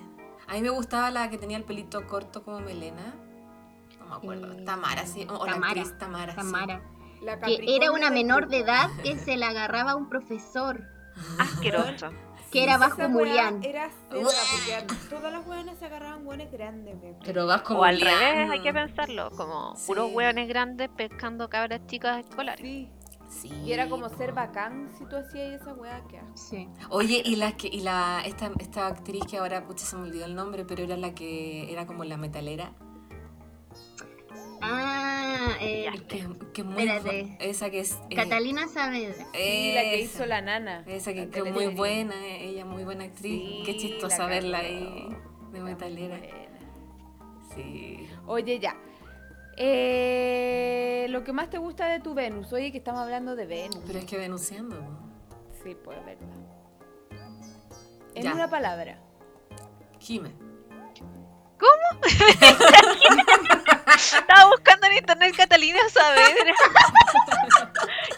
A: A mí me gustaba la que tenía el pelito corto como melena. No me acuerdo.
D: Eh,
A: Tamara, sí. O la
D: Tamara.
A: actriz Tamara. sí.
D: Tamara.
B: La
D: Que
B: Capricornio
D: era una
B: del
D: menor
B: grupo.
D: de edad que se la agarraba a un profesor,
C: Asqueroso.
D: que era
B: Esa
D: Vasco
B: weá
D: Mulián.
B: Era cerda, porque a- todas las weonas se agarraban hueones grandes, me acuerdo.
A: Pero vas como.
C: O al
A: liando.
C: revés, hay que pensarlo. Como puros
A: Sí.
C: hueones grandes pescando cabras chicas escolares.
B: Sí.
A: Sí,
B: Y era como
A: po.
B: ser bacán si tú hacías esa weá que asco.
D: Sí.
A: Oye, y la que, y la, esta, esta actriz que ahora, pucha, se me olvidó el nombre, pero era la que era como la metalera.
D: Ah, eh,
C: Ya.
A: Que, que muy
D: Espérate.
A: bu- Esa que es. eh,
D: Catalina Saavedra.
B: Y la que
A: esa.
B: hizo la nana.
A: Esa
B: la
A: que, que es muy
B: teleserie.
A: buena, eh, ella muy buena actriz.
B: Ah, Sí,
A: Qué chistosa
B: la
A: verla
B: cagó.
A: ahí de
B: Era muy
A: metalera.
B: buena.
A: Sí.
B: Oye, ya. Eh, lo que más te gusta de tu Venus. Oye, que estamos hablando de Venus.
A: Pero es que denunciando. po.
B: Sí, pues, verdad. En
A: Ya.
B: una palabra.
A: Jime.
C: Estaba buscando en internet Catalina Saavedra.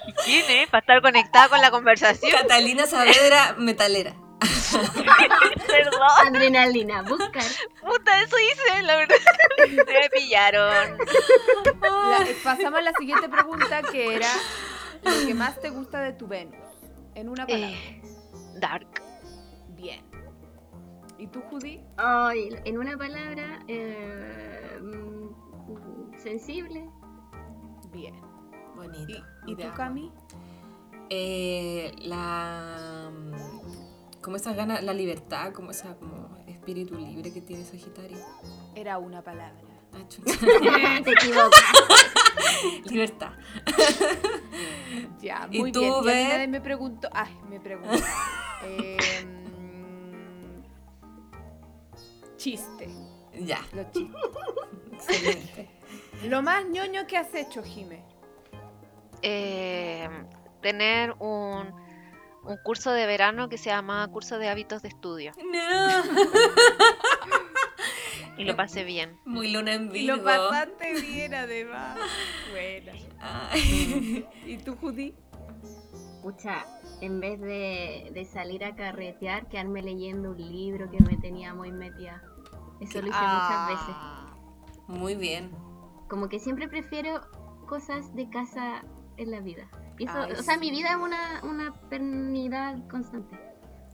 C: ¿Y quién es? Para estar conectada con la conversación.
A: Catalina Saavedra, metalera.
C: Perdón,
D: Adrenalina, buscar.
C: puta, eso hice, la verdad. Me pillaron.
B: La- eh, pasamos a la siguiente pregunta que era lo que más te gusta de tu Venus. En una palabra.
C: Eh, dark.
B: Bien. ¿Y tú, Judy?
D: Ay, en una palabra, eh, mm, sensible.
B: Bien. ¿Y,
A: Bonito.
B: y
A: de
B: tú,
A: agua.
B: Cami?
A: Eh, la. mm, Como esas ganas, la libertad, como esa como espíritu libre que tiene Sagitario.
B: Era una palabra.
A: Ah, chucha.
D: Te equivocas.
A: libertad.
B: Ya,
A: ¿Y
B: muy
A: tú,
B: bien. Y a mí
A: Beth?
B: nadie me preguntó. Ay, me preguntó. Em, chiste.
A: Ya.
B: Los chistes.
A: Excelente.
B: Lo más ñoño que has hecho, Jime.
C: eh, tener un, un curso de verano que se llamaba Curso de Hábitos de Estudio.
A: No.
C: Y lo pasé bien.
A: Muy luna en
B: Y
A: Virgo.
B: lo pasaste bien, además. Buena.
A: Ay.
B: ¿Y tú, Judy?
D: Pucha, en vez de, de salir a carretear, quedarme leyendo un libro que me tenía muy metida. Eso lo hice muchas veces.
A: Muy bien.
D: Como que siempre prefiero cosas de casa en la vida. Y eso-
B: Ay,
D: o sea,
B: sí.
D: mi vida es una, una pernidad constante.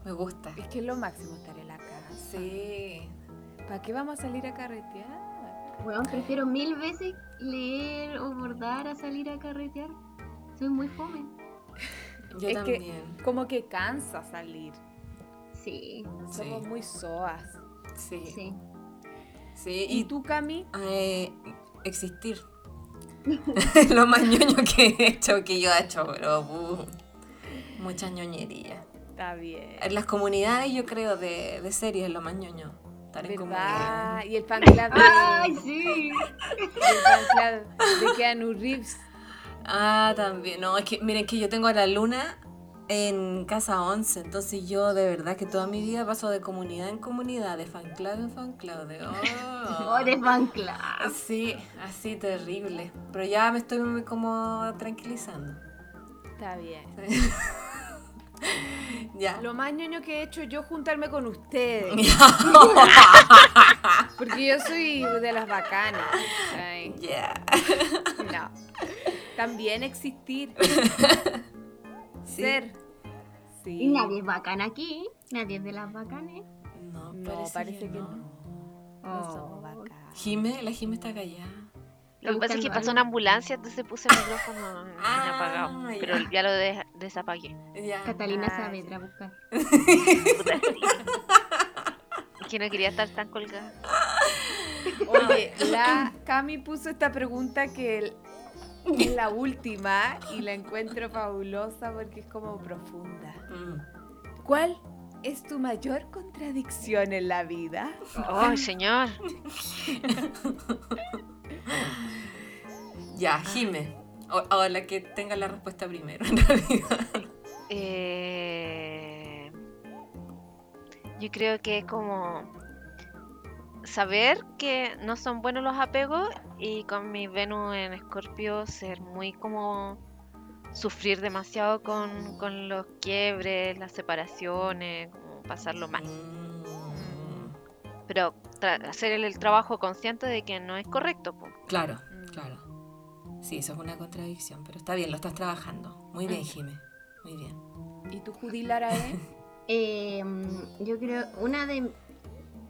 A: Me gusta.
B: Es que es lo máximo estar en la casa.
A: Sí.
B: ¿Para qué vamos a salir a carretear?
D: Weón, prefiero mil veces leer o bordar a salir a carretear. Soy muy joven.
A: Yo
B: Es que-
A: también.
B: Como que cansa salir.
D: Sí,
A: Sí.
B: Somos muy soas.
A: Sí. Sí.
D: sí.
B: ¿Y,
A: Y
B: tú, Cami?
A: Eh, existir. lo más ñoño que he hecho, que yo he hecho, pero uh, mucha ñoñería.
B: Está bien.
A: En las comunidades, yo creo, de, de series, lo más ñoño. Estar en comunidad.
B: ¿Verdad? Y el fan club de,
D: ¡Ay, sí!
B: el fan club de Keanu Reeves.
A: Ah, también. No, es que miren que yo tengo a la luna en Casa 11, entonces yo de verdad que toda mi vida paso de comunidad en comunidad, de fan club en fan club, de... Oh.
D: Oh, de fan club.
A: Sí,
B: Ah.
A: así terrible. Pero ya me estoy muy como tranquilizando.
B: Está bien.
A: ya.
B: Lo más ñoño que he hecho es yo juntarme con ustedes. Porque yo soy de las bacanas. ¿cachai?
A: Yeah.
B: No. También existir.
A: Sí.
B: Ser.
D: Y
B: Sí.
D: nadie es bacán aquí. Nadie es de las bacanes.
A: No,
B: No, parece que no. No
D: Oh.
B: somos bacanas.
A: Jime, la Jime está callada.
C: Lo que pasa es que pasó una ambulancia, entonces puse el micrófono en apagado.
A: Ah,
C: Pero
A: ya.
C: ya lo de- desapagué.
A: Ya.
D: Catalina
B: Ah,
D: Saavedra buscar.
C: Puta, sí. Es que no quería estar tan colgada.
B: Oye, la Cami puso esta pregunta que el- es la última y la encuentro fabulosa porque es como profunda.
A: Mm.
B: ¿Cuál es tu mayor contradicción en la vida?
C: ¡Ay, señor!
B: Ah.
A: Ya, Jime. O, o la que tenga la respuesta primero, en realidad.
C: Eh, yo creo que es como saber que no son buenos los apegos y con mi Venus en Escorpio ser muy como sufrir demasiado con, con los quiebres, las separaciones, como pasarlo mal.
A: Mm.
C: Pero tra- hacer el, el trabajo consciente de que no es correcto. po.
A: Claro, claro. Sí, eso es una contradicción, pero está bien, lo estás trabajando. Muy
B: Ah.
A: bien, Jime. Muy bien.
B: ¿Y tú, Judilara, eh?
D: Eh, yo creo una de,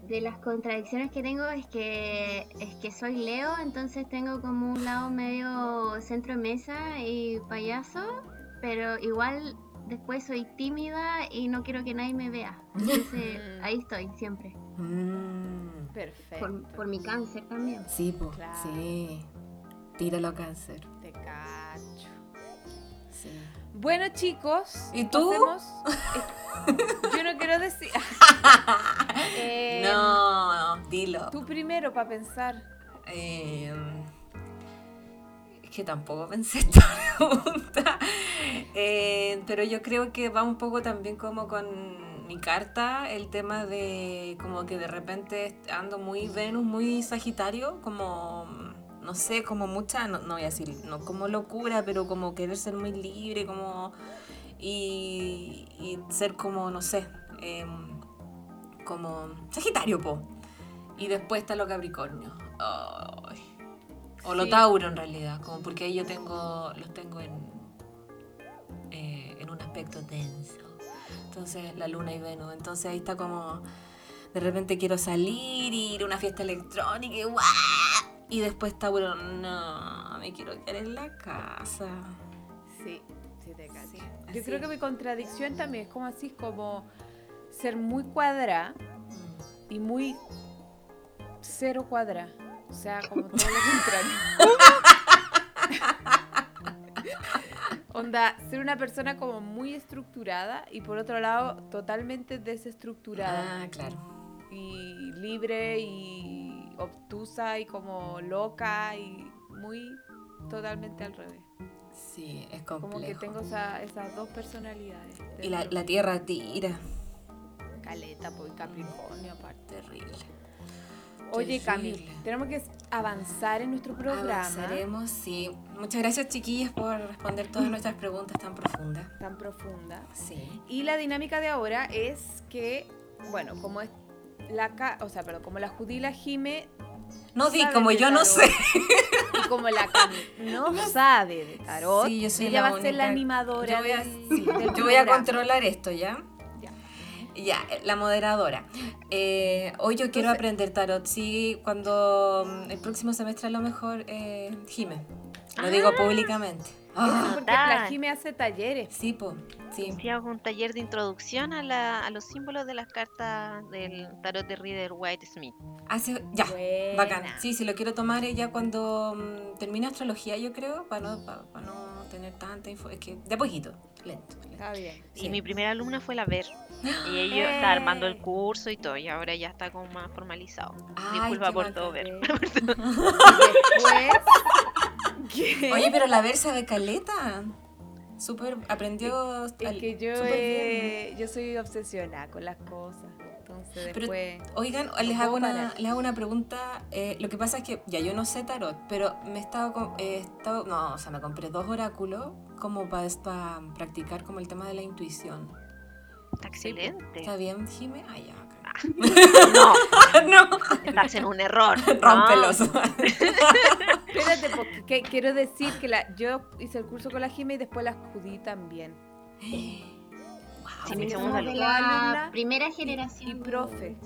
D: de las contradicciones que tengo es que es que soy Leo, entonces tengo como un lado medio centro de mesa y payaso, pero igual después soy tímida y no quiero que nadie me vea. Entonces
B: Mm.
D: ahí estoy siempre.
A: Mm.
B: Perfecto.
D: Por, por mi cáncer también.
A: Sí, po,
B: Claro.
A: sí. Tíralo cáncer.
B: Te cacho.
A: Sí.
B: Bueno, chicos.
A: ¿Y tú?
B: pasemos- Yo no quiero decir. Eh,
A: no, dilo.
B: Tú primero para pensar.
A: Eh, es que tampoco pensé esta pregunta. Eh, pero yo creo que va un poco también como con mi carta, el tema de como que de repente ando muy Venus, muy Sagitario, como no sé, como mucha, no, no voy a decir, no como locura, pero como querer ser muy libre, como y, y ser como, no sé, em, como Sagitario, po. Y después está lo Capricornio. Ay. O lo
B: Sí.
A: Tauro en realidad, como porque ahí yo tengo, los tengo en, eh, en un aspecto denso. Entonces la luna y Venus. Entonces ahí está como, de repente quiero salir, ir a una fiesta electrónica y ¡guau! Y después Tauro, no, me quiero quedar en la casa.
B: Sí, sí te cacho.
A: Sí, así
B: Yo creo que
A: es.
B: mi contradicción también es como así, como ser muy cuadra
A: Mm.
B: y muy cero cuadra. O sea, como todo lo contrario. Onda, ser una persona como muy estructurada y por otro lado totalmente desestructurada.
A: Ah, claro.
B: Y libre y obtusa y como loca y muy totalmente al revés.
A: Sí, es
B: Como que
A: complejo.
B: tengo esa- esas dos personalidades.
A: Y la, la tierra tira.
B: caleta, pues Capricornio aparte.
A: Terrible.
B: Oye, Cami,
A: Terrible.
B: tenemos que avanzar en nuestro programa.
A: Avanzaremos, sí. Muchas gracias, chiquillas, por responder todas nuestras preguntas tan profundas.
B: Tan profunda.
A: Sí.
B: Y la dinámica de ahora es que, bueno, como es la ca- o sea, perdón, como la Judí y la Jime.
A: No di,
B: saben
A: como
B: de
A: yo no
B: tarot,
A: sé.
B: Y como la Cami no sabe de tarot.
A: Sí, yo soy
B: ella
A: la
B: va a ser la
A: única-
B: animadora.
A: Yo voy a,
B: del-
A: sí,
B: del
A: yo voy a
B: programa.
A: controlar esto, ¿ya?
B: Ya.
A: Ya, la moderadora. Eh, hoy yo quiero
B: Entonces-
A: aprender tarot. Sí, cuando mm, el próximo semestre a lo mejor, eh, Jime. Lo digo públicamente. Ah,
B: Porque la
C: Total.
B: Jime hace talleres.
A: sí, po. Sí.
C: Sí, hago un taller de introducción a, la- a los símbolos de las cartas del tarot de Reader White Smith.
A: Hace, ya.
B: Buena.
A: Bacán. Sí, sí, lo quiero tomar eh, ya cuando mm, termine astrología, yo creo, para no, pa- pa no tener tanta info. Es que de a poquito, lento. lento.
B: Está bien.
A: Sí. Eh.
C: Y mi primera alumna fue la Ver. Y ella está armando el curso y todo, y ahora ya está como más formalizado.
B: Ah,
A: Ay,
C: Disculpa
A: qué
C: por
A: bacán.
C: todo, Ver.
B: Después. ¿Qué?
A: Oye, pero la Ver sabe caleta. Súper, aprendió...
B: Es que yo,
A: súper bien.
B: eh, yo soy obsesionada con las cosas. Entonces
A: Pero-
B: después.
A: Oigan,
B: No
A: les hago,
B: puedo
A: una,
B: parar.
A: les hago una pregunta. eh, lo que pasa es que, ya, yo no sé tarot, pero me he estado... com- eh, he estado- no, o sea, me compré dos oráculos como para practicar como el tema de la intuición.
C: Está excelente.
A: pues, ¿Está bien, Jime? Ah, ya, acá.
C: No,
B: Ah.
A: no,
C: estás en un error.
A: rompelos.
B: Espérate, porque que- quiero decir que la, yo hice el curso con la Jime y después la acudí también.
A: Wow.
C: Sí, me hizo
D: Somos
C: una
D: de
C: locura.
D: la
B: Alumna
D: primera
B: Y-
D: generación.
B: Y, profe.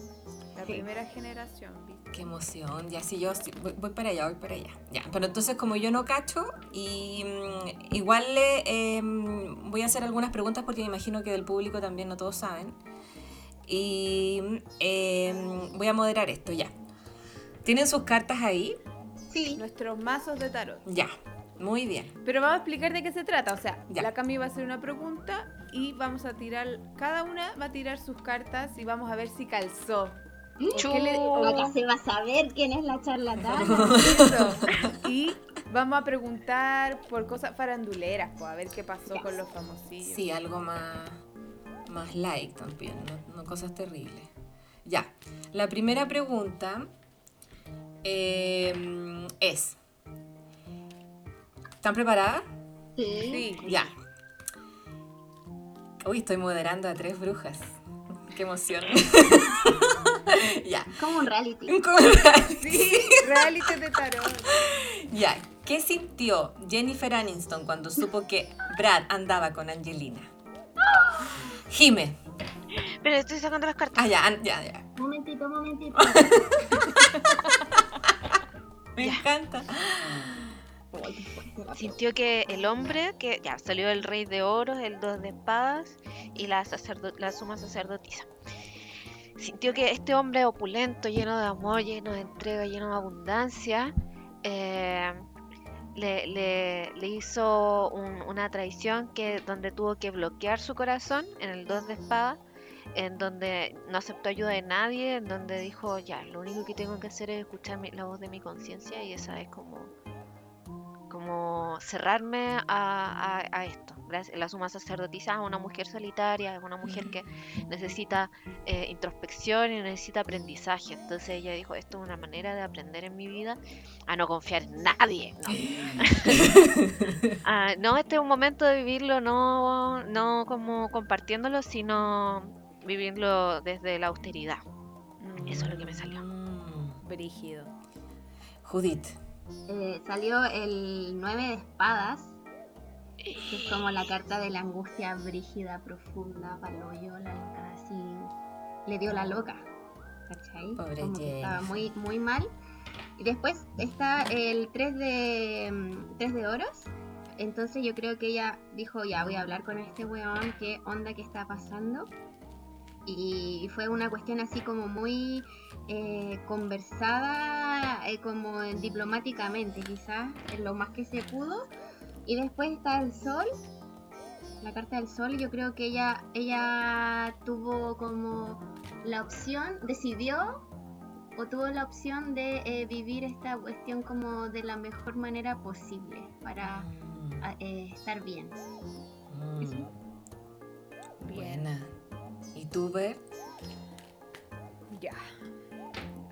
B: La
D: Sí.
B: primera generación, ¿viste?
A: Qué emoción, ya si yo sí, voy, voy para allá, voy para allá. Ya, pero entonces como yo no cacho, y mm, igual le em, voy a hacer algunas preguntas porque me imagino que del público también no todos saben. Y mm, em, voy a moderar esto, ya. ¿Tienen sus cartas ahí?
D: Sí.
B: Nuestros mazos de tarot.
A: Ya, muy bien.
B: Pero vamos a explicar de qué se trata. O sea,
A: Ya.
B: la Cami va a hacer una pregunta y vamos a tirar. Cada una va a tirar sus cartas y vamos a ver si calzó.
C: Chu.
B: ¿Qué le-
D: Acá se va a saber quién es la charlatana.
B: Eso. Y vamos a preguntar por cosas faranduleras, pues, a ver qué pasó
D: Ya.
B: con los famosillos.
A: Sí, algo más, más light también, no, no cosas terribles. Ya, la primera pregunta em, es, ¿están preparadas?
D: Sí.
B: Sí.
A: Ya. Uy, estoy moderando a tres brujas. Qué emoción. ya.
D: Como un reality.
B: Sí, reality de tarot.
A: Ya. ¿Qué sintió Jennifer Aniston cuando supo que Brad andaba con Angelina? Jime.
C: Pero estoy sacando las cartas.
A: Ah, ya, an- ya, ya.
D: Momentito, momentito.
A: Me encanta.
C: Sintió que el hombre, que ya salió el rey de oros, el dos de espadas y la, sacerdo- la suma sacerdotisa. Sintió que este hombre opulento, lleno de amor, lleno de entrega, lleno de abundancia, eh, le, le- le hizo un- una traición que, donde tuvo que bloquear su corazón en el dos de espadas, en donde no aceptó ayuda de nadie, en donde dijo, ya, lo único que tengo que hacer es escuchar mi- la voz de mi conciencia y esa es como como cerrarme a, a- a esto. La, la suma sacerdotisa es una mujer solitaria, es una mujer que necesita eh, introspección y necesita aprendizaje. Entonces ella dijo, esto es una manera de aprender en mi vida a no confiar en nadie. No, Ah, no, este es un momento de vivirlo, no, no como compartiéndolo, sino vivirlo desde la austeridad. Eso es lo que me salió.
A: Mm.
B: Brígido.
A: Judith.
D: Eh, salió el 9 de espadas, que es como la carta de la angustia brígida, profunda, paloyo, la loca, así. Le dio la loca. ¿Cachai?
A: Pobre
D: como que estaba
A: Jennifer.
D: muy, muy mal. Y después está el 3 de, mm, 3 de oros. Entonces yo creo que ella dijo, ya voy a hablar con este weón, qué onda que está pasando. Y fue una cuestión así como muy eh, conversada, eh, como en- diplomáticamente quizás, en lo más que se pudo. Y después está el sol, la carta del sol, yo creo que ella, ella tuvo como la opción, decidió o tuvo la opción de eh, vivir esta cuestión como de la mejor manera posible para
A: Mm.
D: a- eh, estar bien.
A: Mm.
D: Eso.
B: Bien.
A: Buena. ¿Y tú, Bert?
B: Ya.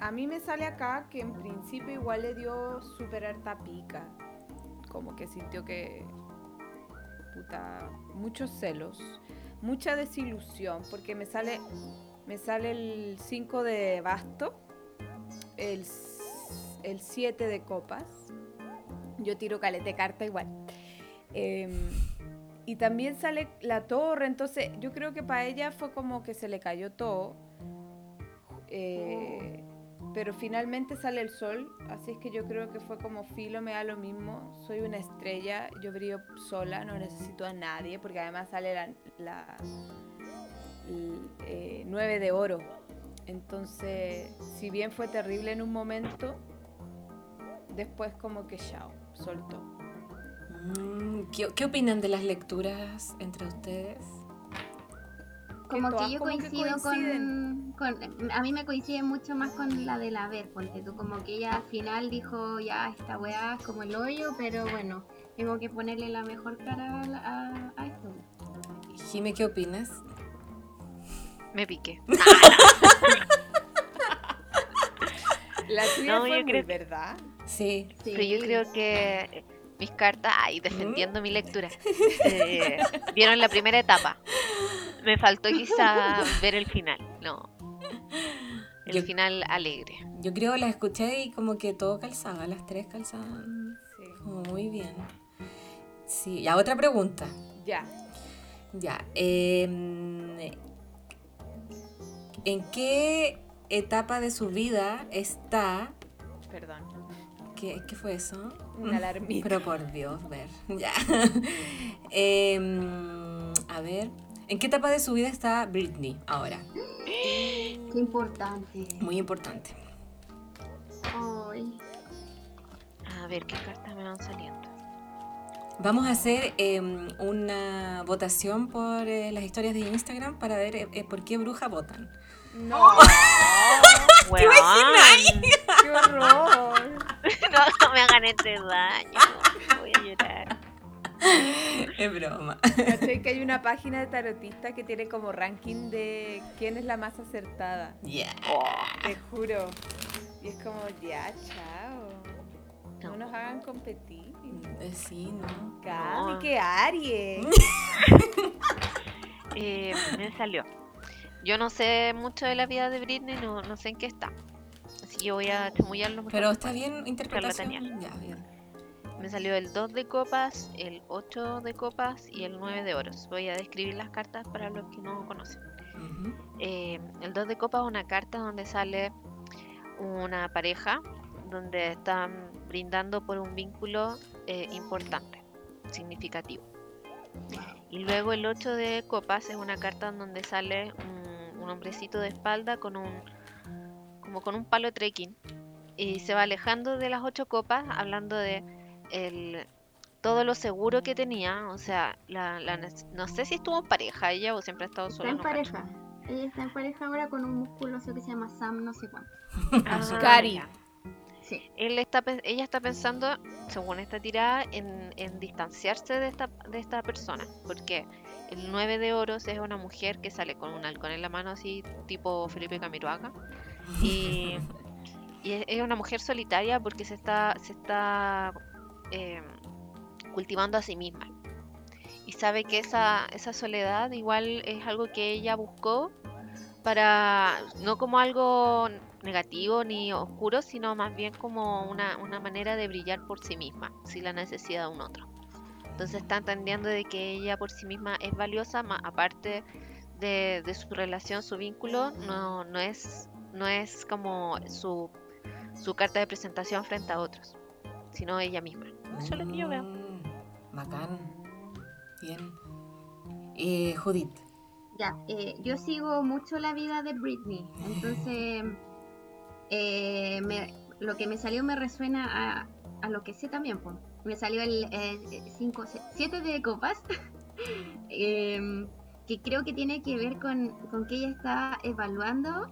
B: A mí me sale acá que en principio igual le dio super harta pica. Como que sintió que. Puta. Muchos celos. Mucha desilusión. Porque me sale. Me sale el 5 de basto. El, s- el 7 de copas. Yo tiro calete carta igual. Em, y también sale la torre. Entonces, yo creo que para ella fue como que se le cayó todo. Eh, pero finalmente sale el sol, así es que yo creo que fue como filo, me da lo mismo, soy una estrella, yo brillo sola, no necesito a nadie, porque además sale la, la- l- eh, nueve de oro. Entonces, si bien fue terrible en un momento, después como que chao, soltó.
A: Mm, ¿Qué, qué opinan de las lecturas entre ustedes?
D: Como que
B: todas
D: yo
B: como que
D: coincido
B: coinciden.
D: con, con- A mí me coincide mucho más con la de la ver, ponte tú, como que ella al final dijo, ya, esta weá es como el hoyo, pero bueno, Tengo que ponerle la mejor cara a, la- a- a esto.
A: Jime, ¿qué opinas?
C: Me piqué.
B: La tuya
C: No,
B: fue
C: yo
B: muy
C: creo que-
B: verdad.
A: Sí.
D: Sí.
C: Pero yo creo que eh, mis cartas, ay, defendiendo mi lectura, eh, vieron la primera etapa. Me faltó quizá ver el final, no. El
A: Yo-
C: final alegre.
A: Yo creo que las escuché y como que todo calzaba, las tres calzaban
B: Sí.
A: como muy bien. Sí, ya otra pregunta.
B: Ya.
A: Ya. eh, ¿En qué etapa de su vida está?
B: Perdón.
A: ¿Qué, qué fue eso? Mm.
B: Una alarmita.
A: Pero por Dios, ver. Ya. Eh, a ver. ¿En qué etapa de su vida está Britney ahora?
D: Qué importante.
A: Muy importante.
D: Ay.
C: A ver qué cartas me van saliendo.
A: Vamos a hacer eh, una votación por eh, las historias de Instagram para ver eh, eh, por qué bruja votan.
B: No.
C: Weón,
B: ¡Qué horror!
C: no, no me hagan este daño. Voy a llorar.
A: Es broma.
B: ¿Cachai que hay una página de tarotista que tiene como ranking de quién es la más acertada?
A: Yeah.
B: Te juro. Y es como, ya, chao. No,
C: No.
B: nos hagan competir.
A: Eh, Sí, ¿no?
B: Cami,
C: No.
B: que Aries.
C: Eh, me salió. Yo no sé mucho de la vida de Britney, no, no sé en qué está. Así que voy a chamullarlo. mejor.
A: Pero está bien interpretación.
C: Charlatanía.
A: Ya, bien.
C: Me salió el 2 de copas, el 8 de copas y el 9 de oros. Voy a describir las cartas para los que no conocen.
A: Ujú.
C: Eh, el 2 de copas es una carta donde sale una pareja donde están brindando por un vínculo eh, importante, significativo. Y luego el 8 de copas es una carta en donde sale un, un hombrecito de espalda con un como con un palo trekking y se va alejando de las 8 copas hablando de el- todo lo seguro que tenía, o sea, la, la nece- no sé si estuvo en pareja ella o siempre ha estado
D: Está
C: sola.
D: en
C: no cacho.
D: pareja. Ella está en pareja ahora con un musculoso que se llama Sam, no sé cuánto.
C: Ah,
B: Cari.
C: ya.
D: Sí.
C: Él está, pen- ella está pensando, según esta tirada, en, en distanciarse de esta, de esta persona. Porque el 9 de oros es una mujer que sale con un halcón en la mano, así tipo Felipe Camiroaga. Y, y es, es una mujer solitaria porque se está, se está eh, cultivando a sí misma. Y sabe que esa, esa soledad igual es algo que ella buscó para, no como algo negativo ni oscuro, sino más bien como una, una manera de brillar por sí misma, sin la necesidad de un otro. Entonces está entendiendo de que ella por sí misma es valiosa, ma- aparte de, de su relación, su vínculo, no, no, es, no es como su, su carta de presentación frente a otros, sino ella misma. Eso es lo que yo veo.
A: Mm, Bacán. Bien. Eh, Judith.
D: Ya, eh, yo sigo mucho la vida de Britney, entonces eh, me- lo que me salió me resuena a, a lo que sé también. po. Me salió el 7 de copas, em, que creo que tiene que ver con, con que ella está evaluando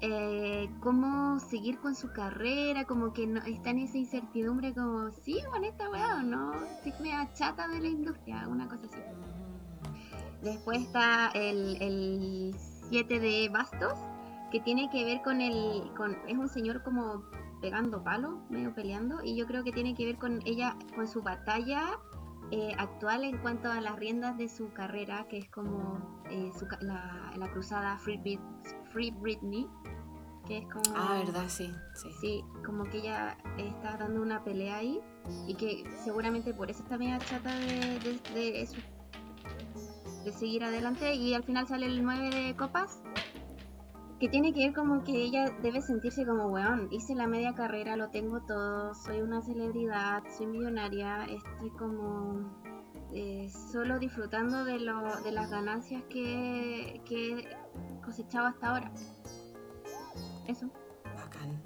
D: eh, cómo seguir con su carrera, como que no, está en esa incertidumbre, como, sí, con esta weá o no, si me achata de la industria, una cosa así. Después está el, el 7 de bastos, que tiene que ver con el... Con, es un señor como pegando palo, medio peleando, y yo creo que tiene que ver con ella, con su batalla eh, actual en cuanto a las riendas de su carrera, que es como eh, su ca- la, la cruzada Free, Brit- Free Britney, que es como...
A: Ah, verdad, sí. Sí.
D: Sí, como que ella está dando una pelea ahí y que seguramente por eso está media chata de, de, de eso, de seguir adelante y al final sale el 9 de copas que tiene que ver como que ella debe sentirse como weón, hice la media carrera, lo tengo todo, soy una celebridad, soy millonaria, estoy como eh, solo disfrutando de, lo, de las ganancias que, que he cosechado hasta ahora. Eso.
A: Bacán.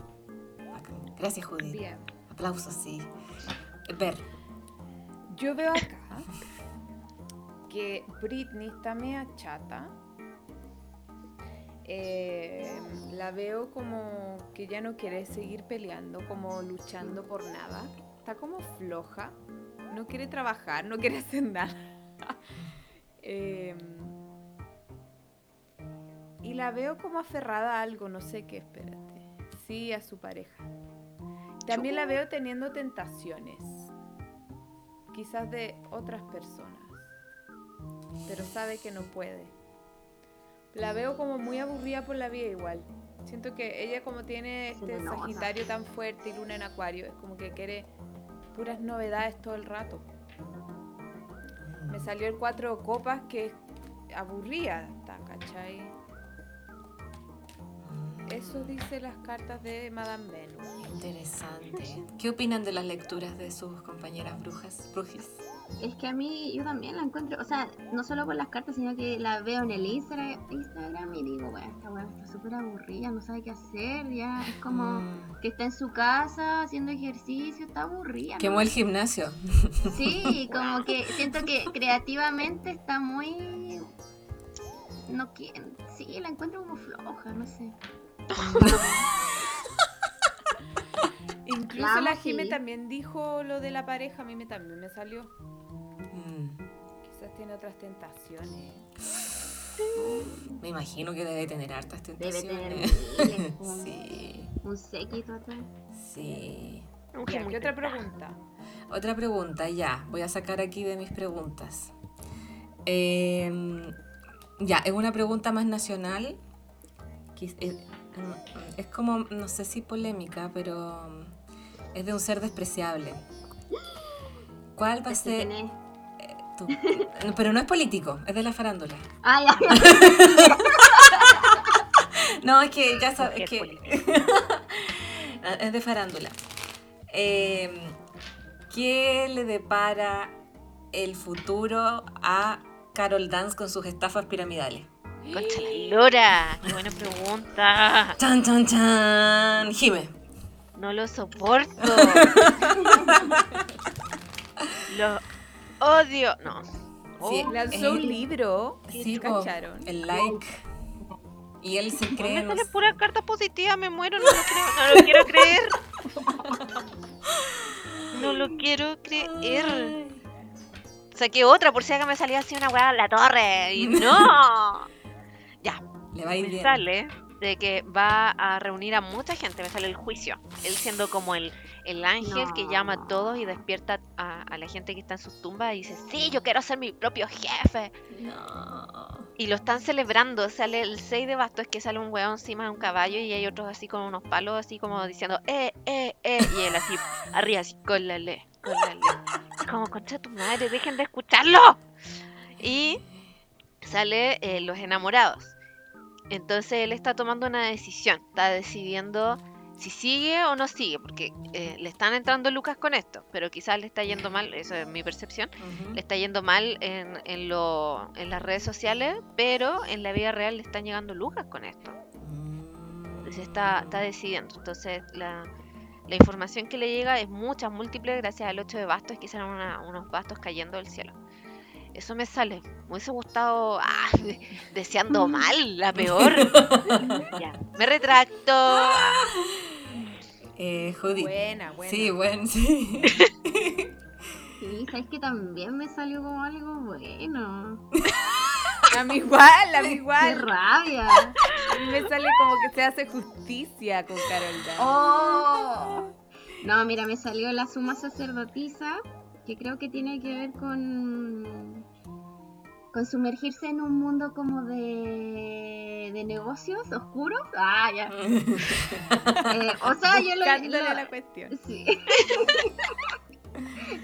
A: Bacán. Gracias, Judith.
B: Bien.
A: Aplausos, sí. Eh, Ver.
B: Yo veo acá que Britney está media chata. Eh, la veo como que ya no quiere seguir peleando, como luchando por nada. Está como floja. no quiere trabajar, no quiere hacer nada. Eh, y la veo como aferrada a algo, no sé qué, espérate. Sí, a su pareja. También la veo teniendo tentaciones, quizás de otras personas, pero sabe que no puede. La veo como muy aburrida por la vida igual. Siento que ella como tiene este Sagitario tan fuerte y Luna en Acuario, es como que quiere puras novedades todo el rato. Me salió el cuatro copas que es aburrida, ¿cachai? Eso dice las cartas de Madame Venus.
A: Mm, Interesante. ¿Qué opinan de las lecturas de sus compañeras brujas, brujis?
D: Es que a mí yo también la encuentro, o sea, no solo por las cartas, sino que la veo en el Instra- Instagram y digo, bueno, esta weá está súper aburrida, no sabe qué hacer, ya es como
A: Mm.
D: que está en su casa haciendo ejercicio, está aburrida. ¿no?
A: Quemó el gimnasio.
D: Sí, como que siento que creativamente está muy... No quiero... Sí, la encuentro como floja, no sé.
B: Incluso
D: Claro,
B: la Jime
D: sí.
B: también dijo lo de la pareja, a mí me, también me salió.
A: Mm.
B: Quizás tiene otras tentaciones.
A: Me imagino que debe tener hartas
D: Debe
A: tentaciones.
D: tener miles, un-
A: sí,
D: un séquito atrás.
A: sí.
B: Ya, ¿Qué otra pregunta?
A: Otra pregunta, ya. Voy a sacar aquí de mis preguntas. Eh, ya, es una pregunta más nacional. que Es, es- es como, no sé si polémica, pero mm, es de un ser despreciable. ¿Cuál va a
D: Así
A: ser
D: tenés-
A: tu- no, Pero no es político, es de la farándula.
D: Ay, ay, ay.
A: No, es que ya
C: Mujer
A: sabes que... Ah,
C: política.
A: es de farándula. Eh, ¿Qué le depara el futuro a Carol Dance con sus estafas piramidales?
C: Concha la lora, qué buena pregunta.
A: ¡Chan, chan, chan! Jime.
C: No lo soporto. lo odio. No.
A: Sí.
C: Oh,
B: Lanzó un
A: Eh,
B: libro.
A: Sí, po,
B: ¿Cacharon?
A: el like. Y él se cree...
C: me
A: no
C: sale
A: sé.
C: pura carta positiva, me muero, no lo creo, no lo quiero creer. No lo quiero creer.
A: Ay.
C: Saqué otra por si acá me salía así una weá a la torre. Y no.
A: Le va a ir
C: me
A: bien.
C: sale de que va a reunir a mucha gente, me sale el juicio. Él siendo como el, el ángel que llama a
D: No.
C: todos y despierta a, a la gente que está en sus tumbas y dice, sí, yo quiero ser mi propio jefe.
A: No.
C: Y lo están celebrando, sale el 6 de bastos, es que sale un hueón encima de un caballo y hay otros así con unos palos, así como diciendo, eh, eh, eh, y él así, arriba, así, cólale, cólale. Es Como concha tu madre, dejen de escucharlo. Y sale eh, Los Enamorados. Entonces él está tomando una decisión, está decidiendo si sigue o no sigue, porque eh, le están entrando lucas con esto, pero quizás le está yendo mal, eso es mi percepción
A: Ujú.
C: le está yendo mal en, en, lo, en las redes sociales, pero en la vida real le están llegando lucas con esto. Entonces está, está decidiendo. Entonces la, la información que le llega es mucha, múltiple, gracias al 8 de bastos, que serán una- unos bastos cayendo del cielo. Eso me sale. Me hubiese gustado ah, deseando mal, la peor. Ya, me retracto.
A: Eh, Judy.
B: Buena, buena.
A: Sí, bueno, sí.
D: Sí, sabes que también me salió como algo bueno.
B: A mí igual, a mí
D: ¡Qué
B: igual.
D: rabia!
B: A mí me sale como que se hace justicia con Carol Dance.
D: ¡Oh! No, mira, me salió la suma sacerdotisa, que creo que tiene que ver con. con sumergirse en un mundo como de. de negocios oscuros. Ah, ya. Eh, o sea, yo lo.
B: Buscándole
D: lo-
B: la cuestión.
D: Sí.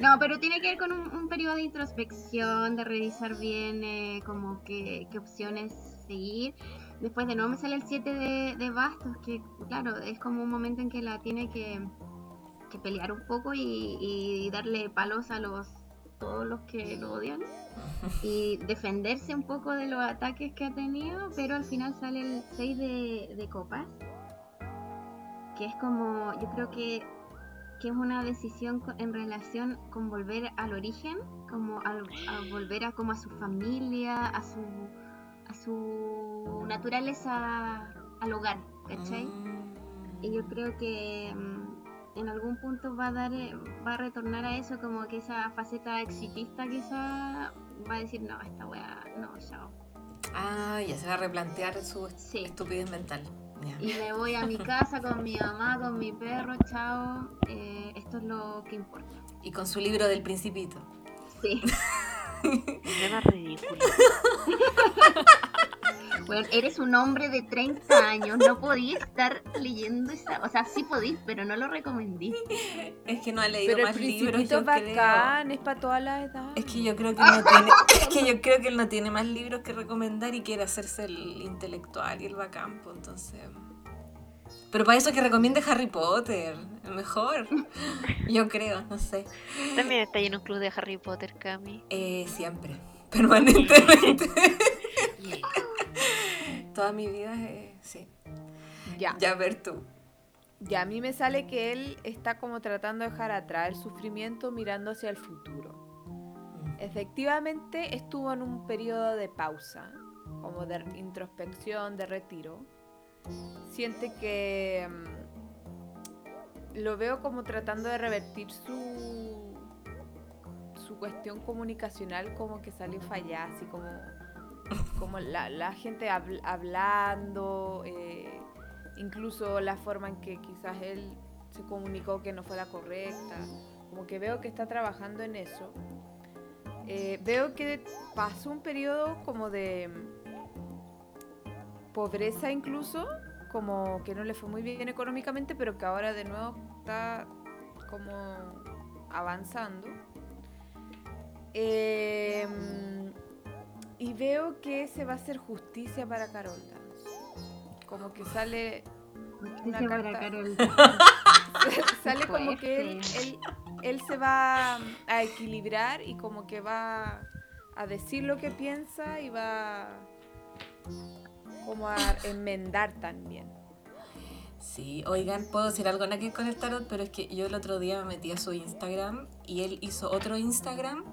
D: No, pero tiene que ver con un, un periodo de introspección, de revisar bien eh, como qué, qué opciones seguir. Después de nuevo me sale el 7 de, de bastos, que claro, es como un momento en que la tiene que, que pelear un poco y, y darle palos a los todos los que lo odian y defenderse un poco de los ataques que ha tenido, pero al final sale el 6 de, de copas, que es como, yo creo que que es una decisión co- en relación con volver al origen, como al- a, volver a como a su familia, a su a su naturaleza al hogar, ¿cachai?
A: Mm.
D: Y yo creo que mm, en algún punto va a dar eh, va a retornar a eso como que esa faceta exitista quizá va a decir no esta weá no chao
A: Ah, ya se va a replantear su est-
D: Sí.
A: estupidez mental. Ya.
D: y me voy a mi casa con mi mamá con mi perro chao eh, esto es lo que importa
A: Y con su libro del principito.
D: sí
C: Es más ridículo.
D: bueno eres un hombre de 30 años no podías estar leyendo esa o sea sí podís pero no lo recomendí
A: Es que no ha leído
B: Pero el
A: más libros, yo
B: principito es
A: creo.
B: bacán, es para todas las edades.
A: Es que yo creo que él no tiene, es que yo creo que él no tiene más libros que recomendar y quiere hacerse el intelectual y el bacampo, entonces. Pero para eso que recomiende Harry Potter, el mejor. Yo creo, no sé.
C: También está ahí en un club de Harry Potter, Cami.
A: Eh, siempre, permanentemente. Toda mi vida, eh, sí.
B: Ya.
A: Ya ver tú.
B: Y a mí me sale que él está como tratando de dejar atrás el sufrimiento mirando hacia el futuro. Efectivamente estuvo en un periodo de pausa, como de introspección, de retiro. Siente que mm, lo veo como tratando de revertir su, su cuestión comunicacional, como que salió fallada, así como, como la, la gente habl- hablando, eh, incluso la forma en que quizás él se comunicó que no fue la correcta. Como que veo que está trabajando en eso. Eh, veo que pasó un periodo como de mm, pobreza incluso, como que no le fue muy bien económicamente, pero que ahora de nuevo está como avanzando. Eh, mm, y veo que se va a hacer justicia para Carol Dance. Como que sale Una
D: Dice para
B: carta.
D: Carol.
B: sale como que él,
D: Fuerte.
B: él- él se va a equilibrar y como que va a decir lo que piensa y va como a enmendar también.
A: Sí, oigan, puedo decir algo nada que ver con el tarot, pero es que yo el otro día me metí a su Instagram y él hizo otro Instagram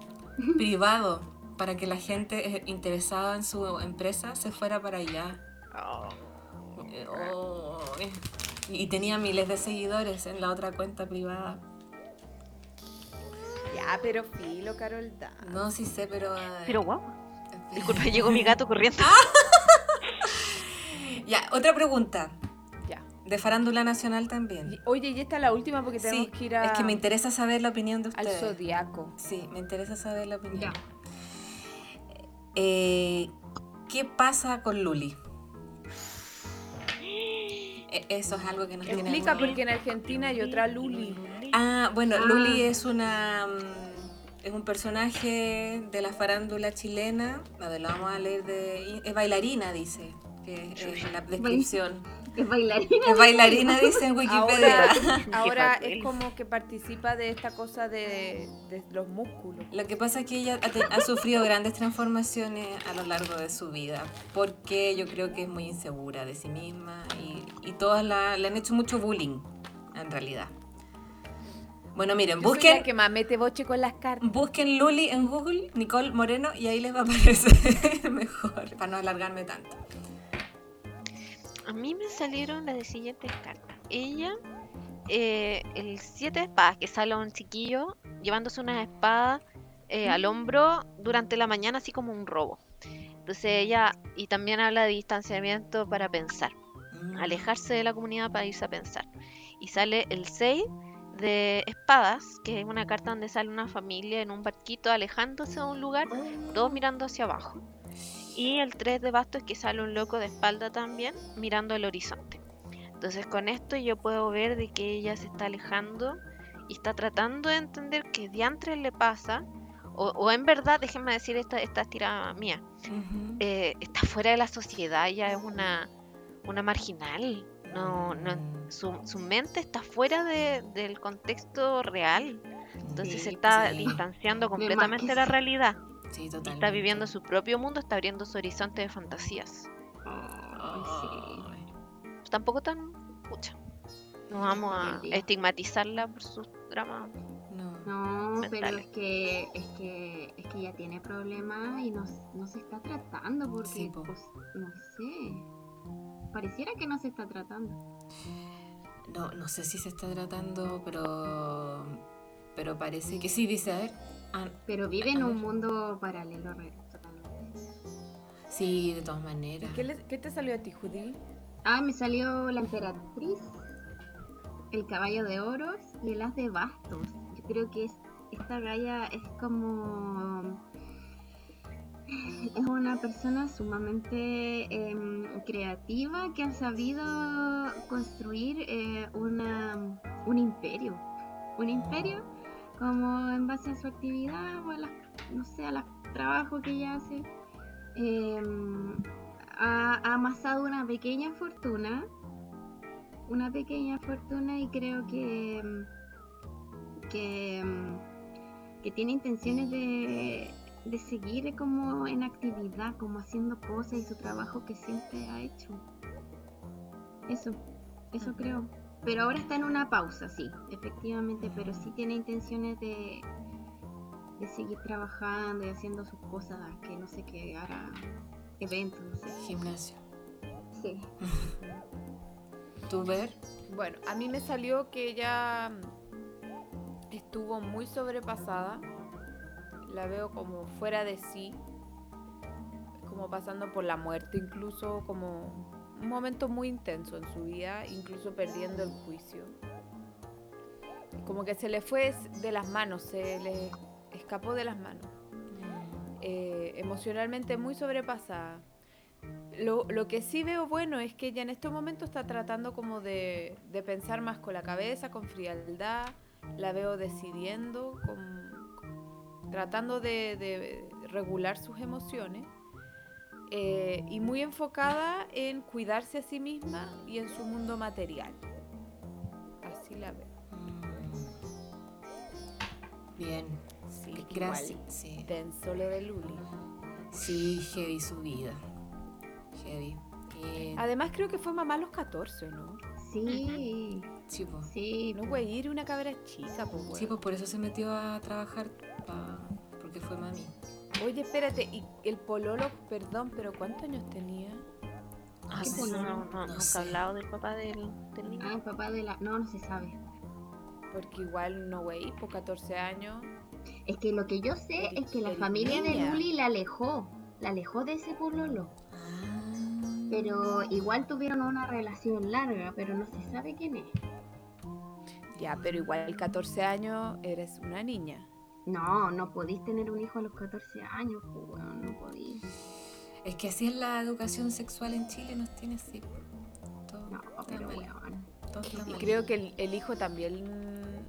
A: privado para que la gente eh, interesada en su empresa se fuera para allá.
C: Oh.
A: Eh, oh, eh. y tenía miles de seguidores en la otra cuenta privada.
B: Ya, pero filo, Carol da.
A: No, sí sé, pero... eh,
C: Ah, Pero guau.
A: en fin.
C: Disculpa, llegó mi gato corriendo.
A: Ya, otra pregunta.
B: Ya.
A: De farándula nacional también.
B: Y- Oye, y esta es la última porque tenemos
A: Sí,
B: que ir a-
A: es que me interesa saber la opinión de
B: al
A: ustedes.
B: zodiaco.
A: Sí, me interesa saber la opinión.
D: Ya.
A: Eh, ¿Qué pasa con Luli? E- Eso es algo que nos tiene.
B: Explica
A: muy-
B: porque en Argentina hay otra Luli.
A: Ah, bueno,
D: Ah.
A: Luli es una. mm, Es un personaje de la farándula chilena. A ver, lo vamos a leer de. Es bailarina, dice. Que es la descripción.
D: Es bailarina.
A: Es bailarina, dice en Wikipedia.
B: Ahora, ahora
C: Qué
B: es como que participa de esta cosa de, de los músculos.
A: Lo que pasa es que ella ha, te- ha sufrido grandes transformaciones a lo largo de su vida, porque yo creo que es muy insegura de sí misma y, y todas la, le han hecho mucho bullying, en realidad. Bueno, miren,
B: Yo soy
A: busquen,
B: la que más mete boche con las cartas.
A: busquen Luli en Google, Nicole Moreno, y ahí les va a aparecer mejor, para no alargarme tanto.
C: A mí me salieron las siguientes cartas. Ella, eh, el 7 de espadas, que sale un chiquillo llevándose unas espadas eh, al hombro durante la mañana, así como un robo. Entonces ella, y también habla de distanciamiento para pensar,
A: Mm.
C: alejarse de la comunidad para irse a pensar. Y sale el 6 de espadas, que es una carta donde sale una familia en un barquito alejándose de un lugar todos mirando hacia abajo. Y el 3 de bastos es que sale un loco de espalda también, mirando el horizonte. Entonces con esto yo puedo ver de que ella se está alejando y está tratando de entender qué diantres le pasa. O, o en verdad, déjenme decir esta, esta tirada mía,
A: Ujú.
C: eh, está fuera de la sociedad, ella es una, una marginal. No, no, su, su mente está fuera de- del contexto real. Entonces
A: Sí,
C: se está
A: sí.
C: distanciando
D: que
C: completamente de la
D: sí.
C: realidad.
A: Sí,
C: Y
A: totalmente.
C: está viviendo su propio mundo, está abriendo su horizonte de fantasías.
D: Ay,
A: Ay.
C: Tampoco tan pucha. No vamos a
D: Entendí.
C: estigmatizarla por sus dramas.
A: No.
D: sí. No, pero
C: Mentales.
D: es que, es que es que ya tiene problemas y no, no se está tratando porque
A: Sí, po.
D: pues, no sé. Pareciera que no se está tratando.
A: No, no sé si se está tratando, pero. Pero parece que sí, dice, a ver. ah,
D: Pero vive en
A: a
D: un
A: ver.
D: mundo paralelo re- totalmente.
A: Sí, de todas maneras.
B: ¿Qué, le- qué te salió a ti, Judy?
D: Ah, me salió la emperatriz, el caballo de oros y el as de bastos. Yo creo que es- esta galla es como... Es una persona sumamente em, creativa que ha sabido construir eh, una, un imperio. Un imperio como en base a su actividad o a las, no sé, a los trabajos que ella hace. Em, ha, ha amasado una pequeña fortuna. Una pequeña fortuna y creo que. mm, que. mm, que tiene intenciones de, de seguir como en actividad, como haciendo cosas y su trabajo que siempre ha hecho. Eso, eso creo. Pero ahora está en una pausa, sí, efectivamente, pero sí tiene intenciones de, de seguir trabajando y haciendo sus cosas, que no sé qué hará, eventos, no sé.
A: Gimnasio.
D: Sí.
A: ¿Tú ver?
B: Bueno, a mí me salió que ella mm, estuvo muy sobrepasada. La veo como fuera de sí. Como pasando por la muerte, incluso como un momento muy intenso en su vida, incluso perdiendo el juicio. Como que se le fue de las manos, se le escapó de las manos eh, emocionalmente muy sobrepasada. Lo, lo que sí veo bueno es que ella en este momento está tratando como de, de pensar más con la cabeza, con frialdad. La veo decidiendo, con- tratando de, de regular sus emociones. eh, y muy enfocada en cuidarse a sí misma y en su mundo material. Así la veo.
A: Mm. Bien.
B: Sí, igual,
A: Gracias. Sí.
B: Denso lo de Luli.
A: sí, heavy su vida. Heavy. Eh,
B: Además creo que fue mamá a los 14, ¿no?
D: Sí,
A: sí, po.
D: sí.
B: No, güey, ir una cabra chica, pues, güey.
A: Sí, pues por eso se metió a trabajar, pa- porque fue mami.
B: Oye, espérate, y el pololo, perdón, pero ¿cuántos años tenía?
A: Ah,
D: ¿Qué
A: sí.
D: pone?
C: No, no, no, nunca
A: sé.
C: he hablado del papá del, del niño.
D: Ah, el papá de la... No, no se sabe.
B: Porque igual no, güey, por 14 años.
D: Es que lo que yo sé
B: Eri-
D: es que la
B: Eri-
D: familia de
B: niña.
D: Luli la alejó. La alejó de ese pololo.
A: Ah.
D: Pero igual tuvieron una relación larga, pero no se sabe quién es.
B: Ya, pero igual 14 años eres una niña.
D: No, no podís tener un hijo a los 14 años, pues, weón, no podís.
A: Es que así es la educación sexual en Chile, nos tiene así. Todo,
D: No,
A: está
D: pero
A: mal,
D: weón.
A: todo está
B: Y
A: mal.
B: creo que el, el hijo también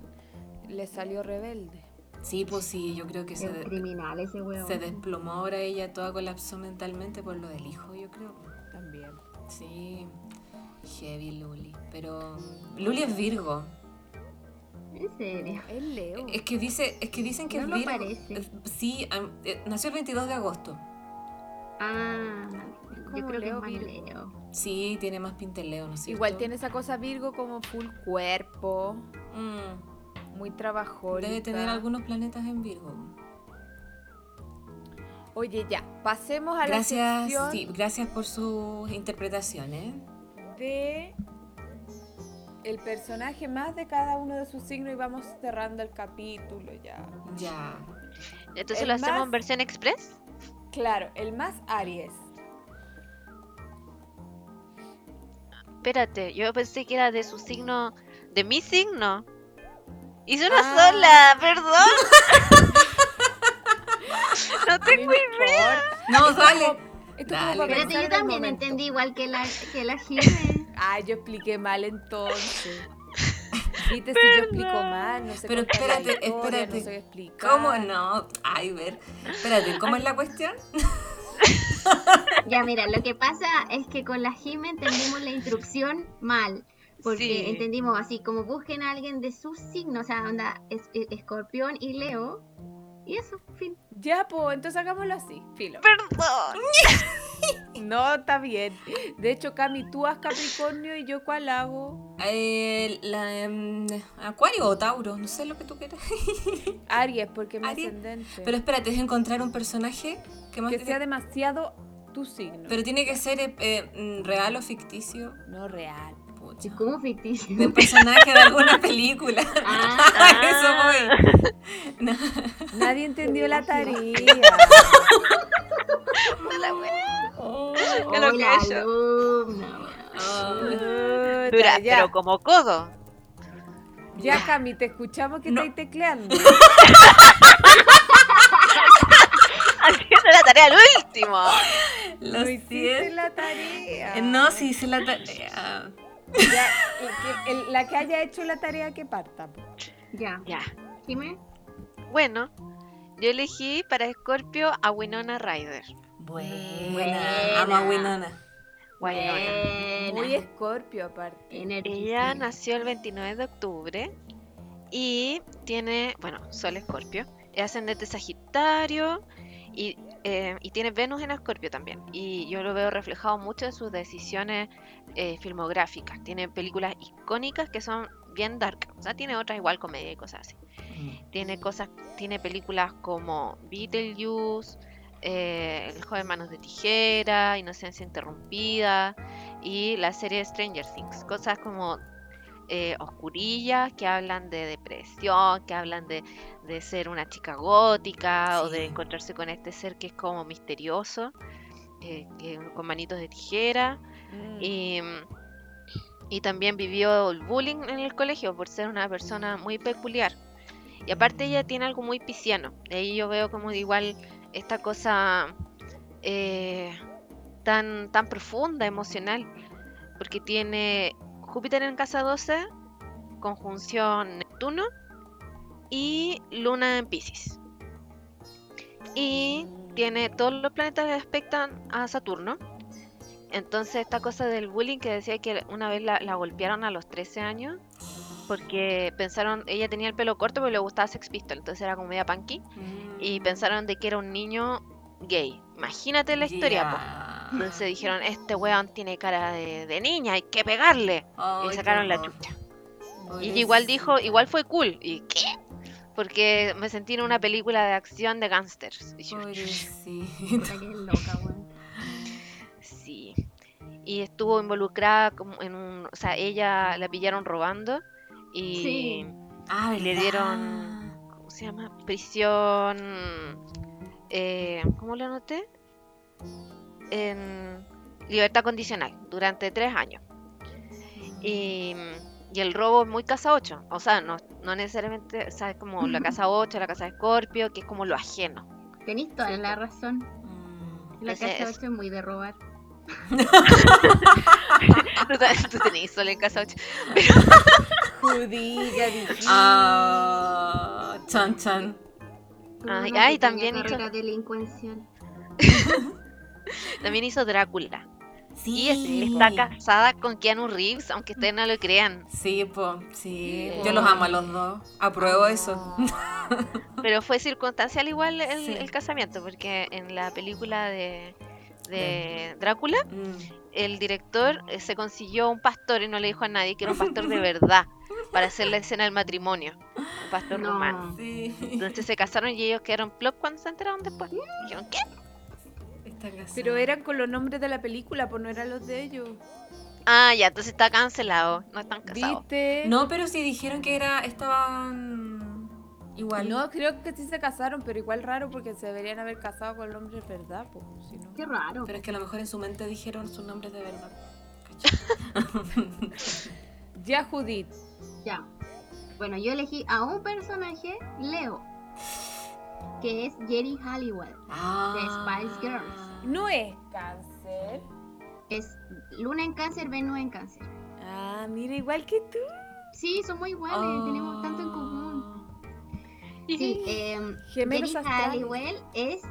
B: le salió rebelde.
A: Sí, pues sí, yo creo que
D: Es
A: se,
D: un criminal ese weón.
A: se desplomó ahora ella, toda colapsó mentalmente por lo del hijo, yo creo.
B: También.
A: Sí, heavy Luli. Pero mm, Luli es Virgo.
D: En serio.
B: Es Leo.
A: Es que, dice, es que dicen que
D: No
A: es
D: lo
A: Virgo.
D: parece.
A: Eh, Sí, am- eh, nació el 22 de agosto.
D: Ah, yo
B: como
D: creo que es
B: Leo
D: más
B: Virgo.
D: Leo.
A: Sí, tiene más pinteleo, ¿no es cierto?
B: Igual tiene esa cosa Virgo como full cuerpo,
A: Mm,
B: muy trabajólica.
A: debe tener algunos planetas en Virgo.
B: Oye, ya, pasemos a la
A: Gracias,
B: sección
A: sí, gracias por ¿eh? sus interpretaciones.
B: de el personaje más de cada uno de sus signos y vamos cerrando el capítulo ya.
A: Ya.
C: Entonces
B: el
C: lo hacemos
B: más-
C: en versión express.
B: Claro, el más Aries.
C: Espérate, yo pensé que era de su signo, de mi signo. Hice una
B: Ah.
C: sola, perdón. no tengo
B: idea.
A: No, dale.
B: Esto es
A: Dale.
B: como para
D: Espérate,
B: pensar
D: yo
B: en el
D: también
B: momento.
D: entendí igual que la, que la Jime.
B: Ah, yo expliqué mal entonces. Viste si yo explico mal, no sé
A: Pero
B: contar la
A: espérate,
B: historia,
A: espérate.
B: no sé explicar.
A: ¿Cómo no? Ay, ver. Espérate, ¿cómo es la cuestión?
D: Ya, mira, lo que pasa es que con la Jime entendimos la instrucción mal. Porque
C: Sí.
D: entendimos así, como busquen a alguien de sus signos, o sea, onda, es- es- escorpión y leo. Y eso, fin.
B: Ya, pues, entonces hagámoslo así, filo.
C: Perdón.
B: No, está bien. De hecho, Cami, tú haz Capricornio y yo cuál hago.
A: Eh, la, em, Acuario o Tauro, no sé lo que tú quieras.
B: Aries, porque mi
A: Aries.
B: ascendente.
A: Pero espérate, es encontrar un personaje que más...
B: que sea demasiado tu signo.
A: Pero tiene que ser eh, eh, mm, real em, o ficticio.
B: No real.
A: Puta,
D: Sí, como ficticio.
A: De un personaje de alguna película.
D: Ah,
C: ah.
A: Eso voy. No.
B: Nadie entendió la tarea.
C: la wea.
A: Oh,
C: Es lo
D: Hola,
C: que es yo.
D: alumna, weón.
A: oh.
C: Dura,
B: Puta, ya,
C: pero como codo.
B: ya, Cami, te escuchamos que
A: No.
B: estáis tecleando.
C: Haciendo la tarea al último.
A: Lo
B: no hiciste
A: siento. Eh,
B: la tarea.
A: No, sí hice la eh, ah. tarea.
B: Ya, el que- el- la que haya hecho la tarea que parta. po.
D: Ya.
C: Ya.
D: Jimé,
C: Bueno, yo elegí para Scorpio a Winona Ryder.
A: Buena.
D: Buena.
A: Amo a Winona.
C: Winona.
B: Muy
D: Buena.
B: escorpio aparte.
D: Energizada.
C: Ella nació el 29 de octubre y tiene, bueno, Sol Escorpio, es ascendente Sagitario y, eh, y tiene Venus en Escorpio también. Y yo lo veo reflejado mucho en sus decisiones eh, filmográficas. Tiene películas icónicas que son bien dark, o sea, tiene otras igual comedia y cosas así. Tiene cosas, tiene películas como Beetlejuice, eh, El joven manos de tijera, Inocencia interrumpida y la serie Stranger Things, cosas como eh, oscurillas que hablan de depresión, que hablan de, de ser una chica gótica o de
A: Sí.
C: encontrarse con este ser que es como misterioso, eh, que- con manitos de tijera.
B: Mm.
C: Y, y también vivió el bullying en el colegio por ser una persona muy peculiar. Y aparte ella tiene algo muy pisciano. De ahí yo veo como igual esta cosa eh, tan, tan profunda, emocional. Porque tiene Júpiter en casa 12, conjunción Neptuno y Luna en Pisces. Y tiene todos los planetas que aspectan a Saturno. Entonces esta cosa del bullying que decía que una vez la, la golpearon a los 13 años porque pensaron, ella tenía el pelo corto pero le gustaba Sex Pistols, entonces era como media punky y pensaron de que era un niño gay. Imagínate la historia, po.
A: Ya.
C: Entonces dijeron, este weón tiene cara de, de niña, hay que pegarle.
A: Ay,
C: y sacaron
A: qué
C: la
A: horror.
C: chucha. Y ella igual dijo, igual fue cool. ¿Y qué? Porque me sentí en una película de acción de gángsters. Y yo,
A: Pobrecita.
D: Puta, que loca, weón.
C: Sí. Y estuvo involucrada como en un... O sea, ella la pillaron robando y...
D: Sí.
A: Ah,
C: Le
A: ¿verdad?
C: dieron- ¿Cómo se llama? Prisión... eh, ¿Cómo lo anoté? En libertad condicional durante tres años. Y, y el robo es muy casa 8. O sea, no, no necesariamente... O sea, es como la casa 8, la casa de Scorpio, que es como lo ajeno.
D: Tenéis toda la razón.
A: Mm.
D: La
C: Ese
D: casa
C: es-
D: 8 es muy de robar.
C: Tú te- Tú tenías solo en casa 8.
B: Judilla, dijiste.
A: Mm. Ah, chan chan.
D: Tuvo
C: Ay,
D: una
C: ay,
D: pequeña
C: también hizo-
D: carrera delincuencial.
C: También hizo Drácula. Y es-
A: Sí.
C: está casada con Keanu Reeves, aunque ustedes no lo crean.
A: Sí, po, sí.
D: Sí, po.
A: Yo los amo a los dos.
C: Ah.
A: Apruebo eso.
C: Pero fue circunstancial igual el,
A: Sí.
C: el casamiento, porque en la película de, de Drácula,
A: Mm.
C: el director eh, se consiguió un pastor y no le dijo a nadie que era un pastor de verdad para hacer la escena del matrimonio. Un pastor
D: No.
C: romano.
A: Sí.
C: Entonces se casaron y ellos quedaron plop cuando se enteraron después.
A: Mm.
C: Dijeron, ¿qué?
A: Están casados.
B: Pero eran con los nombres de la película, pues no eran los de ellos.
C: Ah, ya, entonces está cancelado. No están casados.
B: ¿Viste?
A: No, pero sí dijeron que era estaban igual.
B: No, creo que sí se casaron, pero igual raro porque se deberían haber casado con el hombre de verdad, pues. Si no.
D: Qué raro.
A: Pero es que a lo mejor en su mente dijeron sus nombres de verdad. ¿Cachai?
B: Ya, Judith.
D: Ya. Bueno, yo elegí a un personaje, Leo, que es Jerry Halliwell.
A: ah.
D: Spice Girls.
B: No es cáncer.
D: Es Luna en cáncer, Venus en cáncer.
B: Ah, mira, igual que tú.
D: Sí, son muy iguales, tenemos tanto en
A: Ah.
D: común. Sí, eh,
B: Gemelos
D: Jerry
B: astrales.
D: Halliwell es.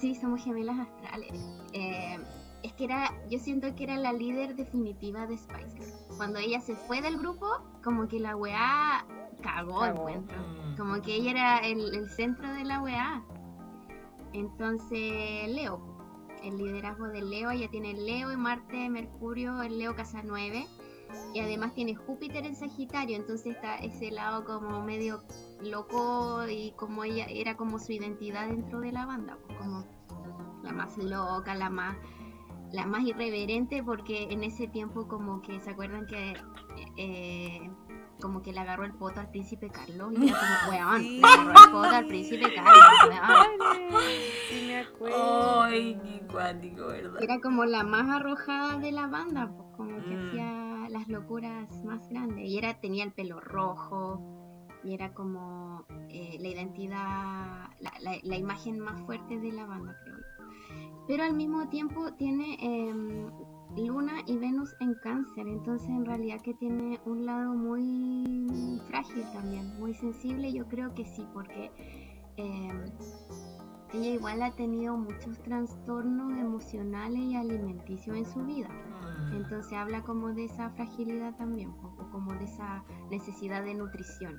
D: Sí, somos gemelas astrales. Eh, es que era. Yo siento que era la líder definitiva de Spice Girls. Cuando ella se fue del grupo, como que la weá cagó,
B: Cagó.
D: encuentro.
A: Mm.
D: Como que ella era el, el centro de la weá. Entonces, Leo. El liderazgo de Leo. Ella tiene Leo y Marte, Mercurio, el Leo Casa 9. Y además tiene Júpiter en Sagitario. Entonces está ese lado como medio loco y como ella era como su identidad dentro de la banda. pues, Como la más loca, la más la más irreverente porque en ese tiempo como que se acuerdan que eh, como que le agarró el poto al príncipe Carlos y era como weón, le agarró el poto al príncipe Carlos, weón.
B: Sí, me acuerdo.
A: Ay, qué cuático, ¿verdad?
D: Era como la más arrojada de la banda, pues, como que
A: Mm.
D: hacía las locuras más grandes. Y era, tenía el pelo rojo, y era como eh, la identidad, la, la- la imagen más fuerte de la banda, creo yo. Pero al mismo tiempo tiene em, Luna y Venus en cáncer, entonces en realidad que tiene un lado muy frágil también, muy sensible, yo creo que sí, porque em, ella igual ha tenido muchos trastornos emocionales y alimenticios en su vida.
A: Mm.
D: Entonces habla como de esa fragilidad también, po- o como de esa necesidad de nutrición.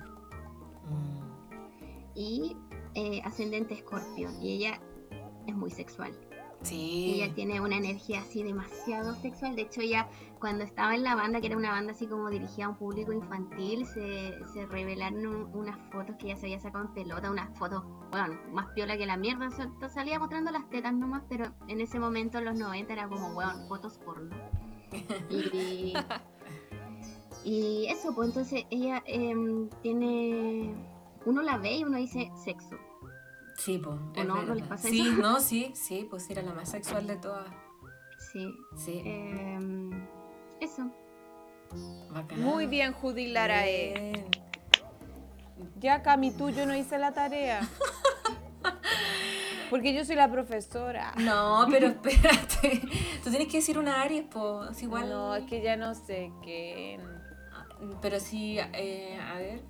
A: Mm.
D: Y eh, ascendente escorpio, y ella es muy sexual.
A: Sí.
D: Ella tiene una energía así demasiado sexual. De hecho, ella cuando estaba en la banda, que era una banda así como dirigida a un público infantil, se, se revelaron un- unas fotos que ella se había sacado en pelota, unas fotos, bueno, más piola que la mierda. Sol- Salía mostrando las tetas nomás, pero en ese momento, en los 90, era como, weón, fotos porno. Y, y eso, pues entonces ella em, tiene... Uno la ve y uno dice sexo.
A: Sí, pues.
D: no? ¿No les pasa
A: sí,
D: eso?
A: no, sí, sí, pues era la más sexual de todas.
D: Sí.
A: Sí,
D: em, eso.
A: bacán.
B: Muy eh. bien, Judy Larae.
A: Bien.
B: Ya, Cami, tú, yo no hice la tarea. Porque yo soy la profesora.
A: No, pero espérate. Tú tienes que decir una Aries, pues. Igual. Ah,
B: No, es que ya no sé qué.
A: Pero sí, eh, a ver.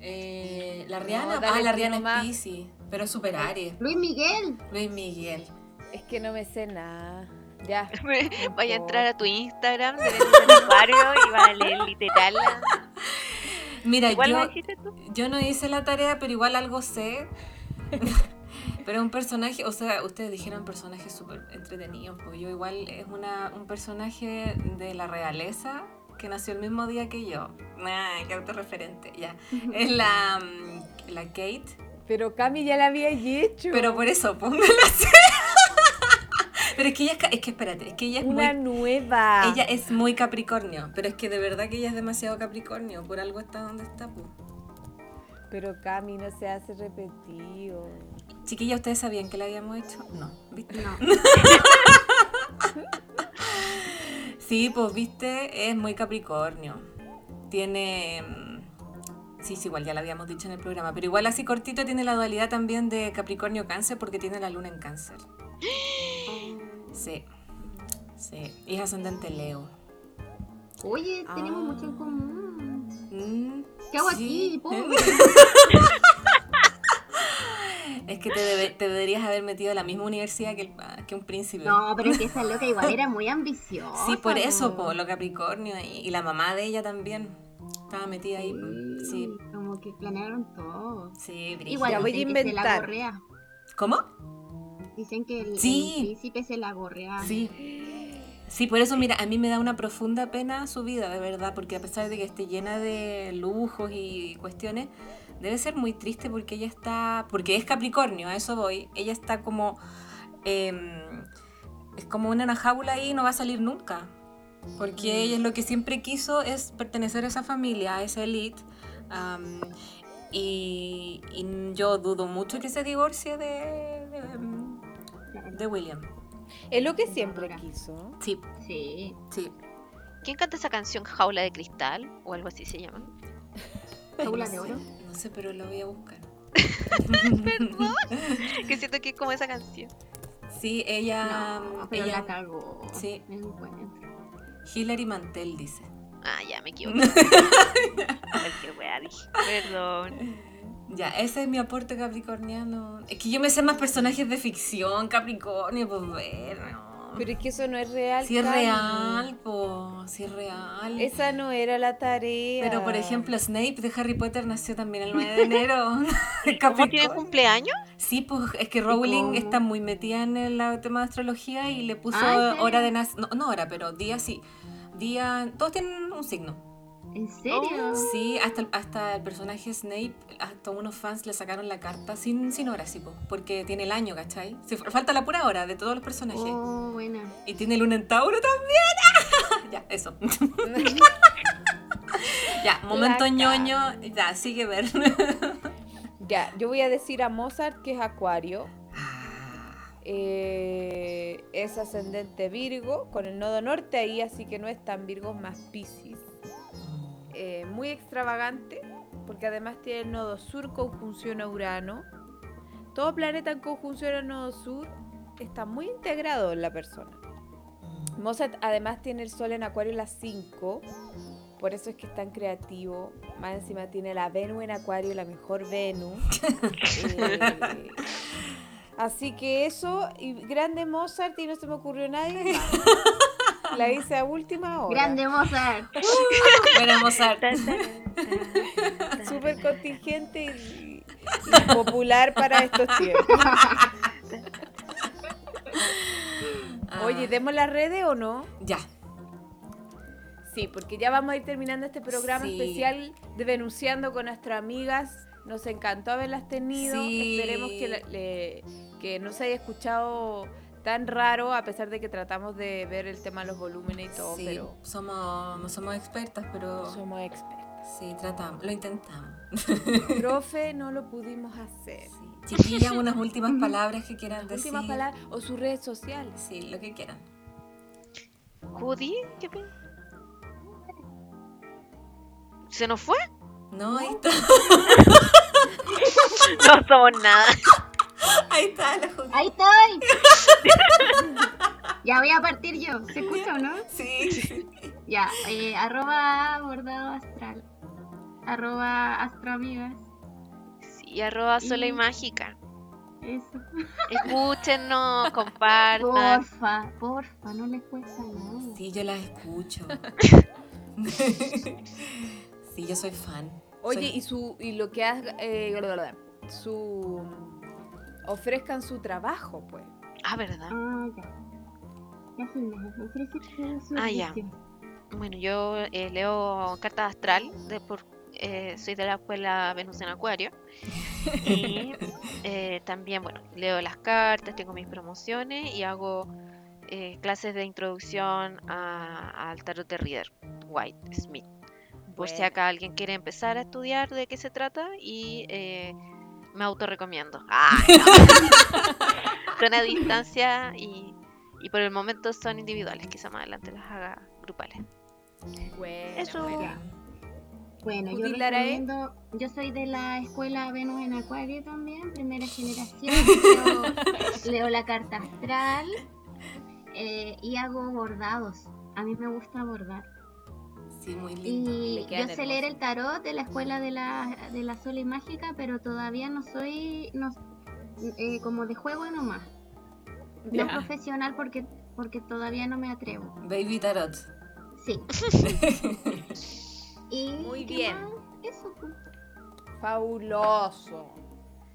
A: Eh, la Rihanna.
B: No, dale
A: ah, la
B: tú
A: Rihanna
B: nomás.
A: es Pisces, pero es super Aries.
D: Luis Miguel.
A: Luis Miguel.
B: Es que no me sé nada. Ya.
C: Vaya a entrar a tu Instagram, del usuario y va a leer literal. la-
A: Mira,
C: ¿Cuál
A: yo,
C: la dijiste tú?
A: yo no hice la tarea, pero igual algo sé. pero es un personaje, o sea, ustedes dijeron personaje súper entretenido. Pues yo igual es una, un personaje de la realeza que nació el mismo día que yo. Nah, qué autorreferente, ya. Es la, mm, la Kate.
B: Pero Cami ya la había hecho.
A: Pero por eso, pues, póngala así. Pero es que ella es, ca- es que espérate, es que ella es
B: Una
A: muy
B: nueva.
A: ella es muy Capricornio, pero es que de verdad que ella es demasiado Capricornio, por algo está donde está, pues.
B: Pero Cami no se hace repetido.
A: Chiquilla, ¿ustedes sabían que la habíamos hecho? No, ¿viste?
D: No.
A: Sí, pues viste, es muy Capricornio. Tiene. mm, Sí, sí, igual ya la habíamos dicho en el programa, pero igual así cortito tiene la dualidad también de Capricornio-Cáncer porque tiene la luna en Cáncer. Sí, sí. Y es ascendente Leo.
D: Oye, tenemos
B: Ah.
D: mucho en común.
A: Mm,
D: ¿Qué hago
A: sí.
D: aquí? Pobre.
A: Es que te, debe- te deberías haber metido a la misma universidad que, el- que un príncipe.
D: No, pero es que esa loca igual era muy ambiciosa.
A: Sí, por eso,
D: po.
A: po, lo Capricornio. Y, y la mamá de ella también estaba metida ahí. po. Sí,
D: Sí, Como que planearon todo.
A: sí, brígido.
D: Mm. Igual
B: Ya voy a
D: dicen que se la
B: inventar.
D: gorrea.
A: ¿Cómo?
D: Dicen que el,
A: Sí.
D: el príncipe se la gorrea.
A: Sí. Sí, por eso, mira, a mí me da una profunda pena su vida, de verdad, porque a pesar de que esté llena de lujos y cuestiones, debe ser muy triste porque ella está, porque es Capricornio, a eso voy, ella está como, em, es como una jaula ahí y no va a salir nunca, porque ella es lo que siempre quiso es pertenecer a esa familia, a esa elite, am, y, y yo dudo mucho que se divorcie de- de, em, de William.
B: Es lo que siempre
D: Ahora.
B: quiso.
A: Sí,
D: Sí.
A: sí.
C: ¿Quién canta esa canción Jaula de Cristal? O algo así se llama.
D: Jaula
A: No
D: de
A: sé,
D: oro.
A: No sé, pero lo voy a buscar.
C: Que siento que es como esa canción.
A: Sí, ella.
D: No, pero
A: ella
D: la cagó.
A: Ah, sí.
D: No encuentro.
A: Hilary Mantel dice.
C: Ah, ya, me equivoqué. Ay, qué wea dije. Perdón.
A: Ya, ese es mi aporte capricorniano. Es que yo me sé más personajes de ficción, Capricornio, pues ver, no.
B: Pero es que eso no es real.
A: Si es
B: Cami.
A: real, pues. Si es real.
B: Esa no era la tarea.
A: Pero por ejemplo, Snape de Harry Potter nació también el 9 de enero.
C: ¿Cómo tiene
A: Capricornio.
C: cumpleaños?
A: Sí, pues es que Rowling
D: cómo?
A: está muy metida en el lado- tema de astrología y le puso
D: Ah, ¿en serio?
A: hora de nacimiento. No, no hora, pero día sí. Día. Todos tienen un signo.
D: ¿En serio?
A: Sí, hasta, el- hasta el personaje Snape, hasta unos fans le sacaron la carta sin, sin hora, sí, po, porque tiene el año, ¿cachai? Se, falta la pura hora de todos los personajes.
D: Oh, buena.
A: Y tiene luna en Tauro también. ya, eso. ya, momento
B: Laca.
A: ñoño. Ya, sigue ver.
D: Uh.
B: Ya, yo voy a decir a Mozart que es Acuario.
A: Ah.
B: eh, es ascendente Virgo, con el nodo norte ahí, así que no es tan Virgo, es más Pisces. eh, muy extravagante, porque además tiene el nodo sur conjunción a Urano. Todo planeta en conjunción al nodo sur está muy integrado en la persona. Mozart además tiene el sol en Acuario a las 5, por eso es que es tan creativo. Más encima tiene la Venus en Acuario, la mejor Venus. Eh, así que eso, y grande Mozart, y no se me ocurrió nadie. más. La hice a última hora.
D: Grande Mozart.
A: Buena Mozart.
B: súper contingente y, y popular para estos tiempos.
A: Ah,
B: Oye, ¿demos las redes o no?
A: ya.
B: Sí, porque ya vamos a ir terminando este programa
A: Sí.
B: especial de Venunciando con nuestras amigas. Nos encantó haberlas tenido.
A: Sí.
B: Esperemos que, la- le- que no se haya escuchado tan raro, a pesar de que tratamos de ver el tema de los volúmenes y todo,
A: sí,
B: pero
A: somos, no somos expertas, pero
B: somos expertos.
A: sí, tratamos, lo intentamos.
B: Profe, no lo pudimos hacer.
A: Sí. Chiquillas, unas últimas palabras que quieran
B: Las
A: decir.
B: últimas palabras o sus redes sociales.
A: Sí, lo que quieran.
C: ¿Judy? ¿Qué pe- ¿Se nos fue?
A: No, ahí está,
C: No somos nada.
A: ahí está la jugada.
D: Ahí estoy. ya voy a partir yo. ¿Se escucha o no?
A: Sí.
D: Ya, eh, arroba bordado astral. Arroba astroamigas.
C: Sí, arroba sola y
D: Y-
C: mágica.
D: Eso.
C: Escúchenos, compartan.
D: Porfa, porfa, no les cuesta nada.
A: Sí, yo las escucho. sí, yo soy fan.
B: Oye,
A: Soy-
B: y su y lo que haga, eh, bla, bla, bla, su ofrezcan su trabajo, pues.
C: Ah, ¿verdad?
D: Ah, ya. Ya sí, me ofrece todo su
C: Ah, ya.
D: servicio.
C: Bueno, yo eh, leo cartas astral, de por- eh, soy de la escuela Venus en Acuario. Y eh, también, bueno, leo las cartas, tengo mis promociones y hago eh, clases de introducción a- al tarot de Reader, White Smith.
A: Pues
C: Por si
B: Buena.
C: acá alguien quiere empezar a estudiar de qué se trata y eh, me autorrecomiendo. ¡Ay, no! son a distancia y, y por el momento son individuales, quizá más adelante las haga grupales.
B: Buena,
C: Eso.
B: buena.
D: Bueno, yo
B: Judith Larae.
D: recomiendo, yo soy de la escuela Venus en Acuario también, primera generación. Leo, leo la carta astral eh, y hago bordados. A mí me gusta bordar.
A: Sí, muy lindo.
D: Y
B: Le
D: yo
B: quedan
D: sé leer el tarot de la escuela de la, de la Sol y Mágica, pero todavía no soy no, eh, como de juego nomás.
B: Ya.
D: No profesional porque, porque todavía no me atrevo.
A: Baby Tarot.
D: Sí. y,
B: Muy
D: ¿qué
B: bien.
D: más? Eso. pues.
B: Fabuloso.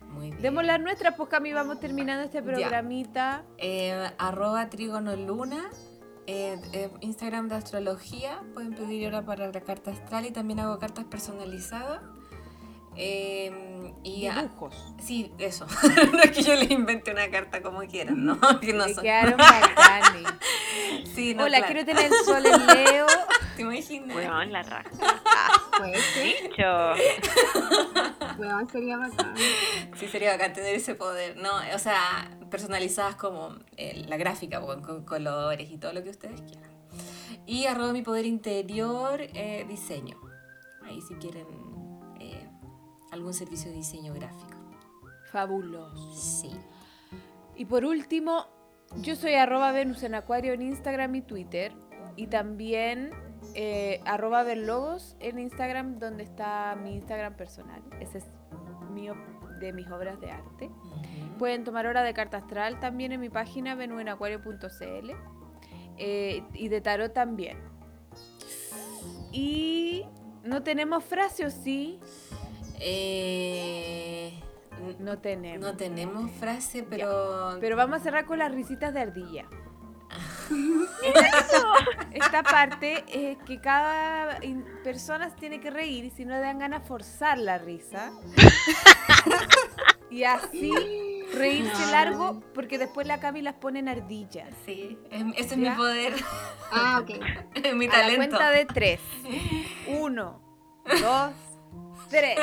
A: Muy bien.
B: Demos las nuestras, pues Cami, vamos terminando este programita.
A: Eh, arroba Trígono Luna. eh, eh, Instagram de astrología. Pueden pedir hora para la carta astral y también hago cartas personalizadas. Eh, y a-
B: Dibujos.
A: Sí, eso. no es que yo les invente una carta como quieran, ¿no? Que ah, no
B: Me
A: son-
B: quedaron bacanes.
A: Sí, no,
B: Hola,
A: claro.
B: quiero tener el sol en Leo.
A: ¿Te imaginas?
C: Weón, la raja.
D: Puede ser,
C: Yo.
D: weón, sería bacán.
A: Sí, sería bacán tener ese poder, ¿no? O sea, personalizadas como eh, la gráfica, con, con colores y todo lo que ustedes quieran. Y arroba mi poder interior, eh, diseño. Ahí si quieren eh, algún servicio de diseño gráfico.
B: Fabuloso.
A: Sí.
B: Y por último, yo soy arroba Venus en Acuario en Instagram y Twitter. Y también eh, arroba Verlogos en Instagram, donde está mi Instagram personal. Ese es mío de mis obras de arte.
A: Ujú.
B: Pueden tomar hora de carta astral también en mi página venuenacuario.cl eh, y de tarot también. Y no tenemos frase, ¿o sí?
A: Eh, n-
B: No tenemos.
A: no tenemos frase, pero...
B: Pero vamos a cerrar con las risitas de ardilla. Esta parte es que cada in- persona tiene que reír y si no le dan ganas forzar la risa. y así reírse
D: No.
B: largo porque después la Cami las pone en ardillas.
A: Sí, em- ese es
B: ¿Ya?
A: mi poder,
D: Ah, ok.
A: mi
B: A la
A: talento.
B: cuenta de tres. Uno, dos, tres.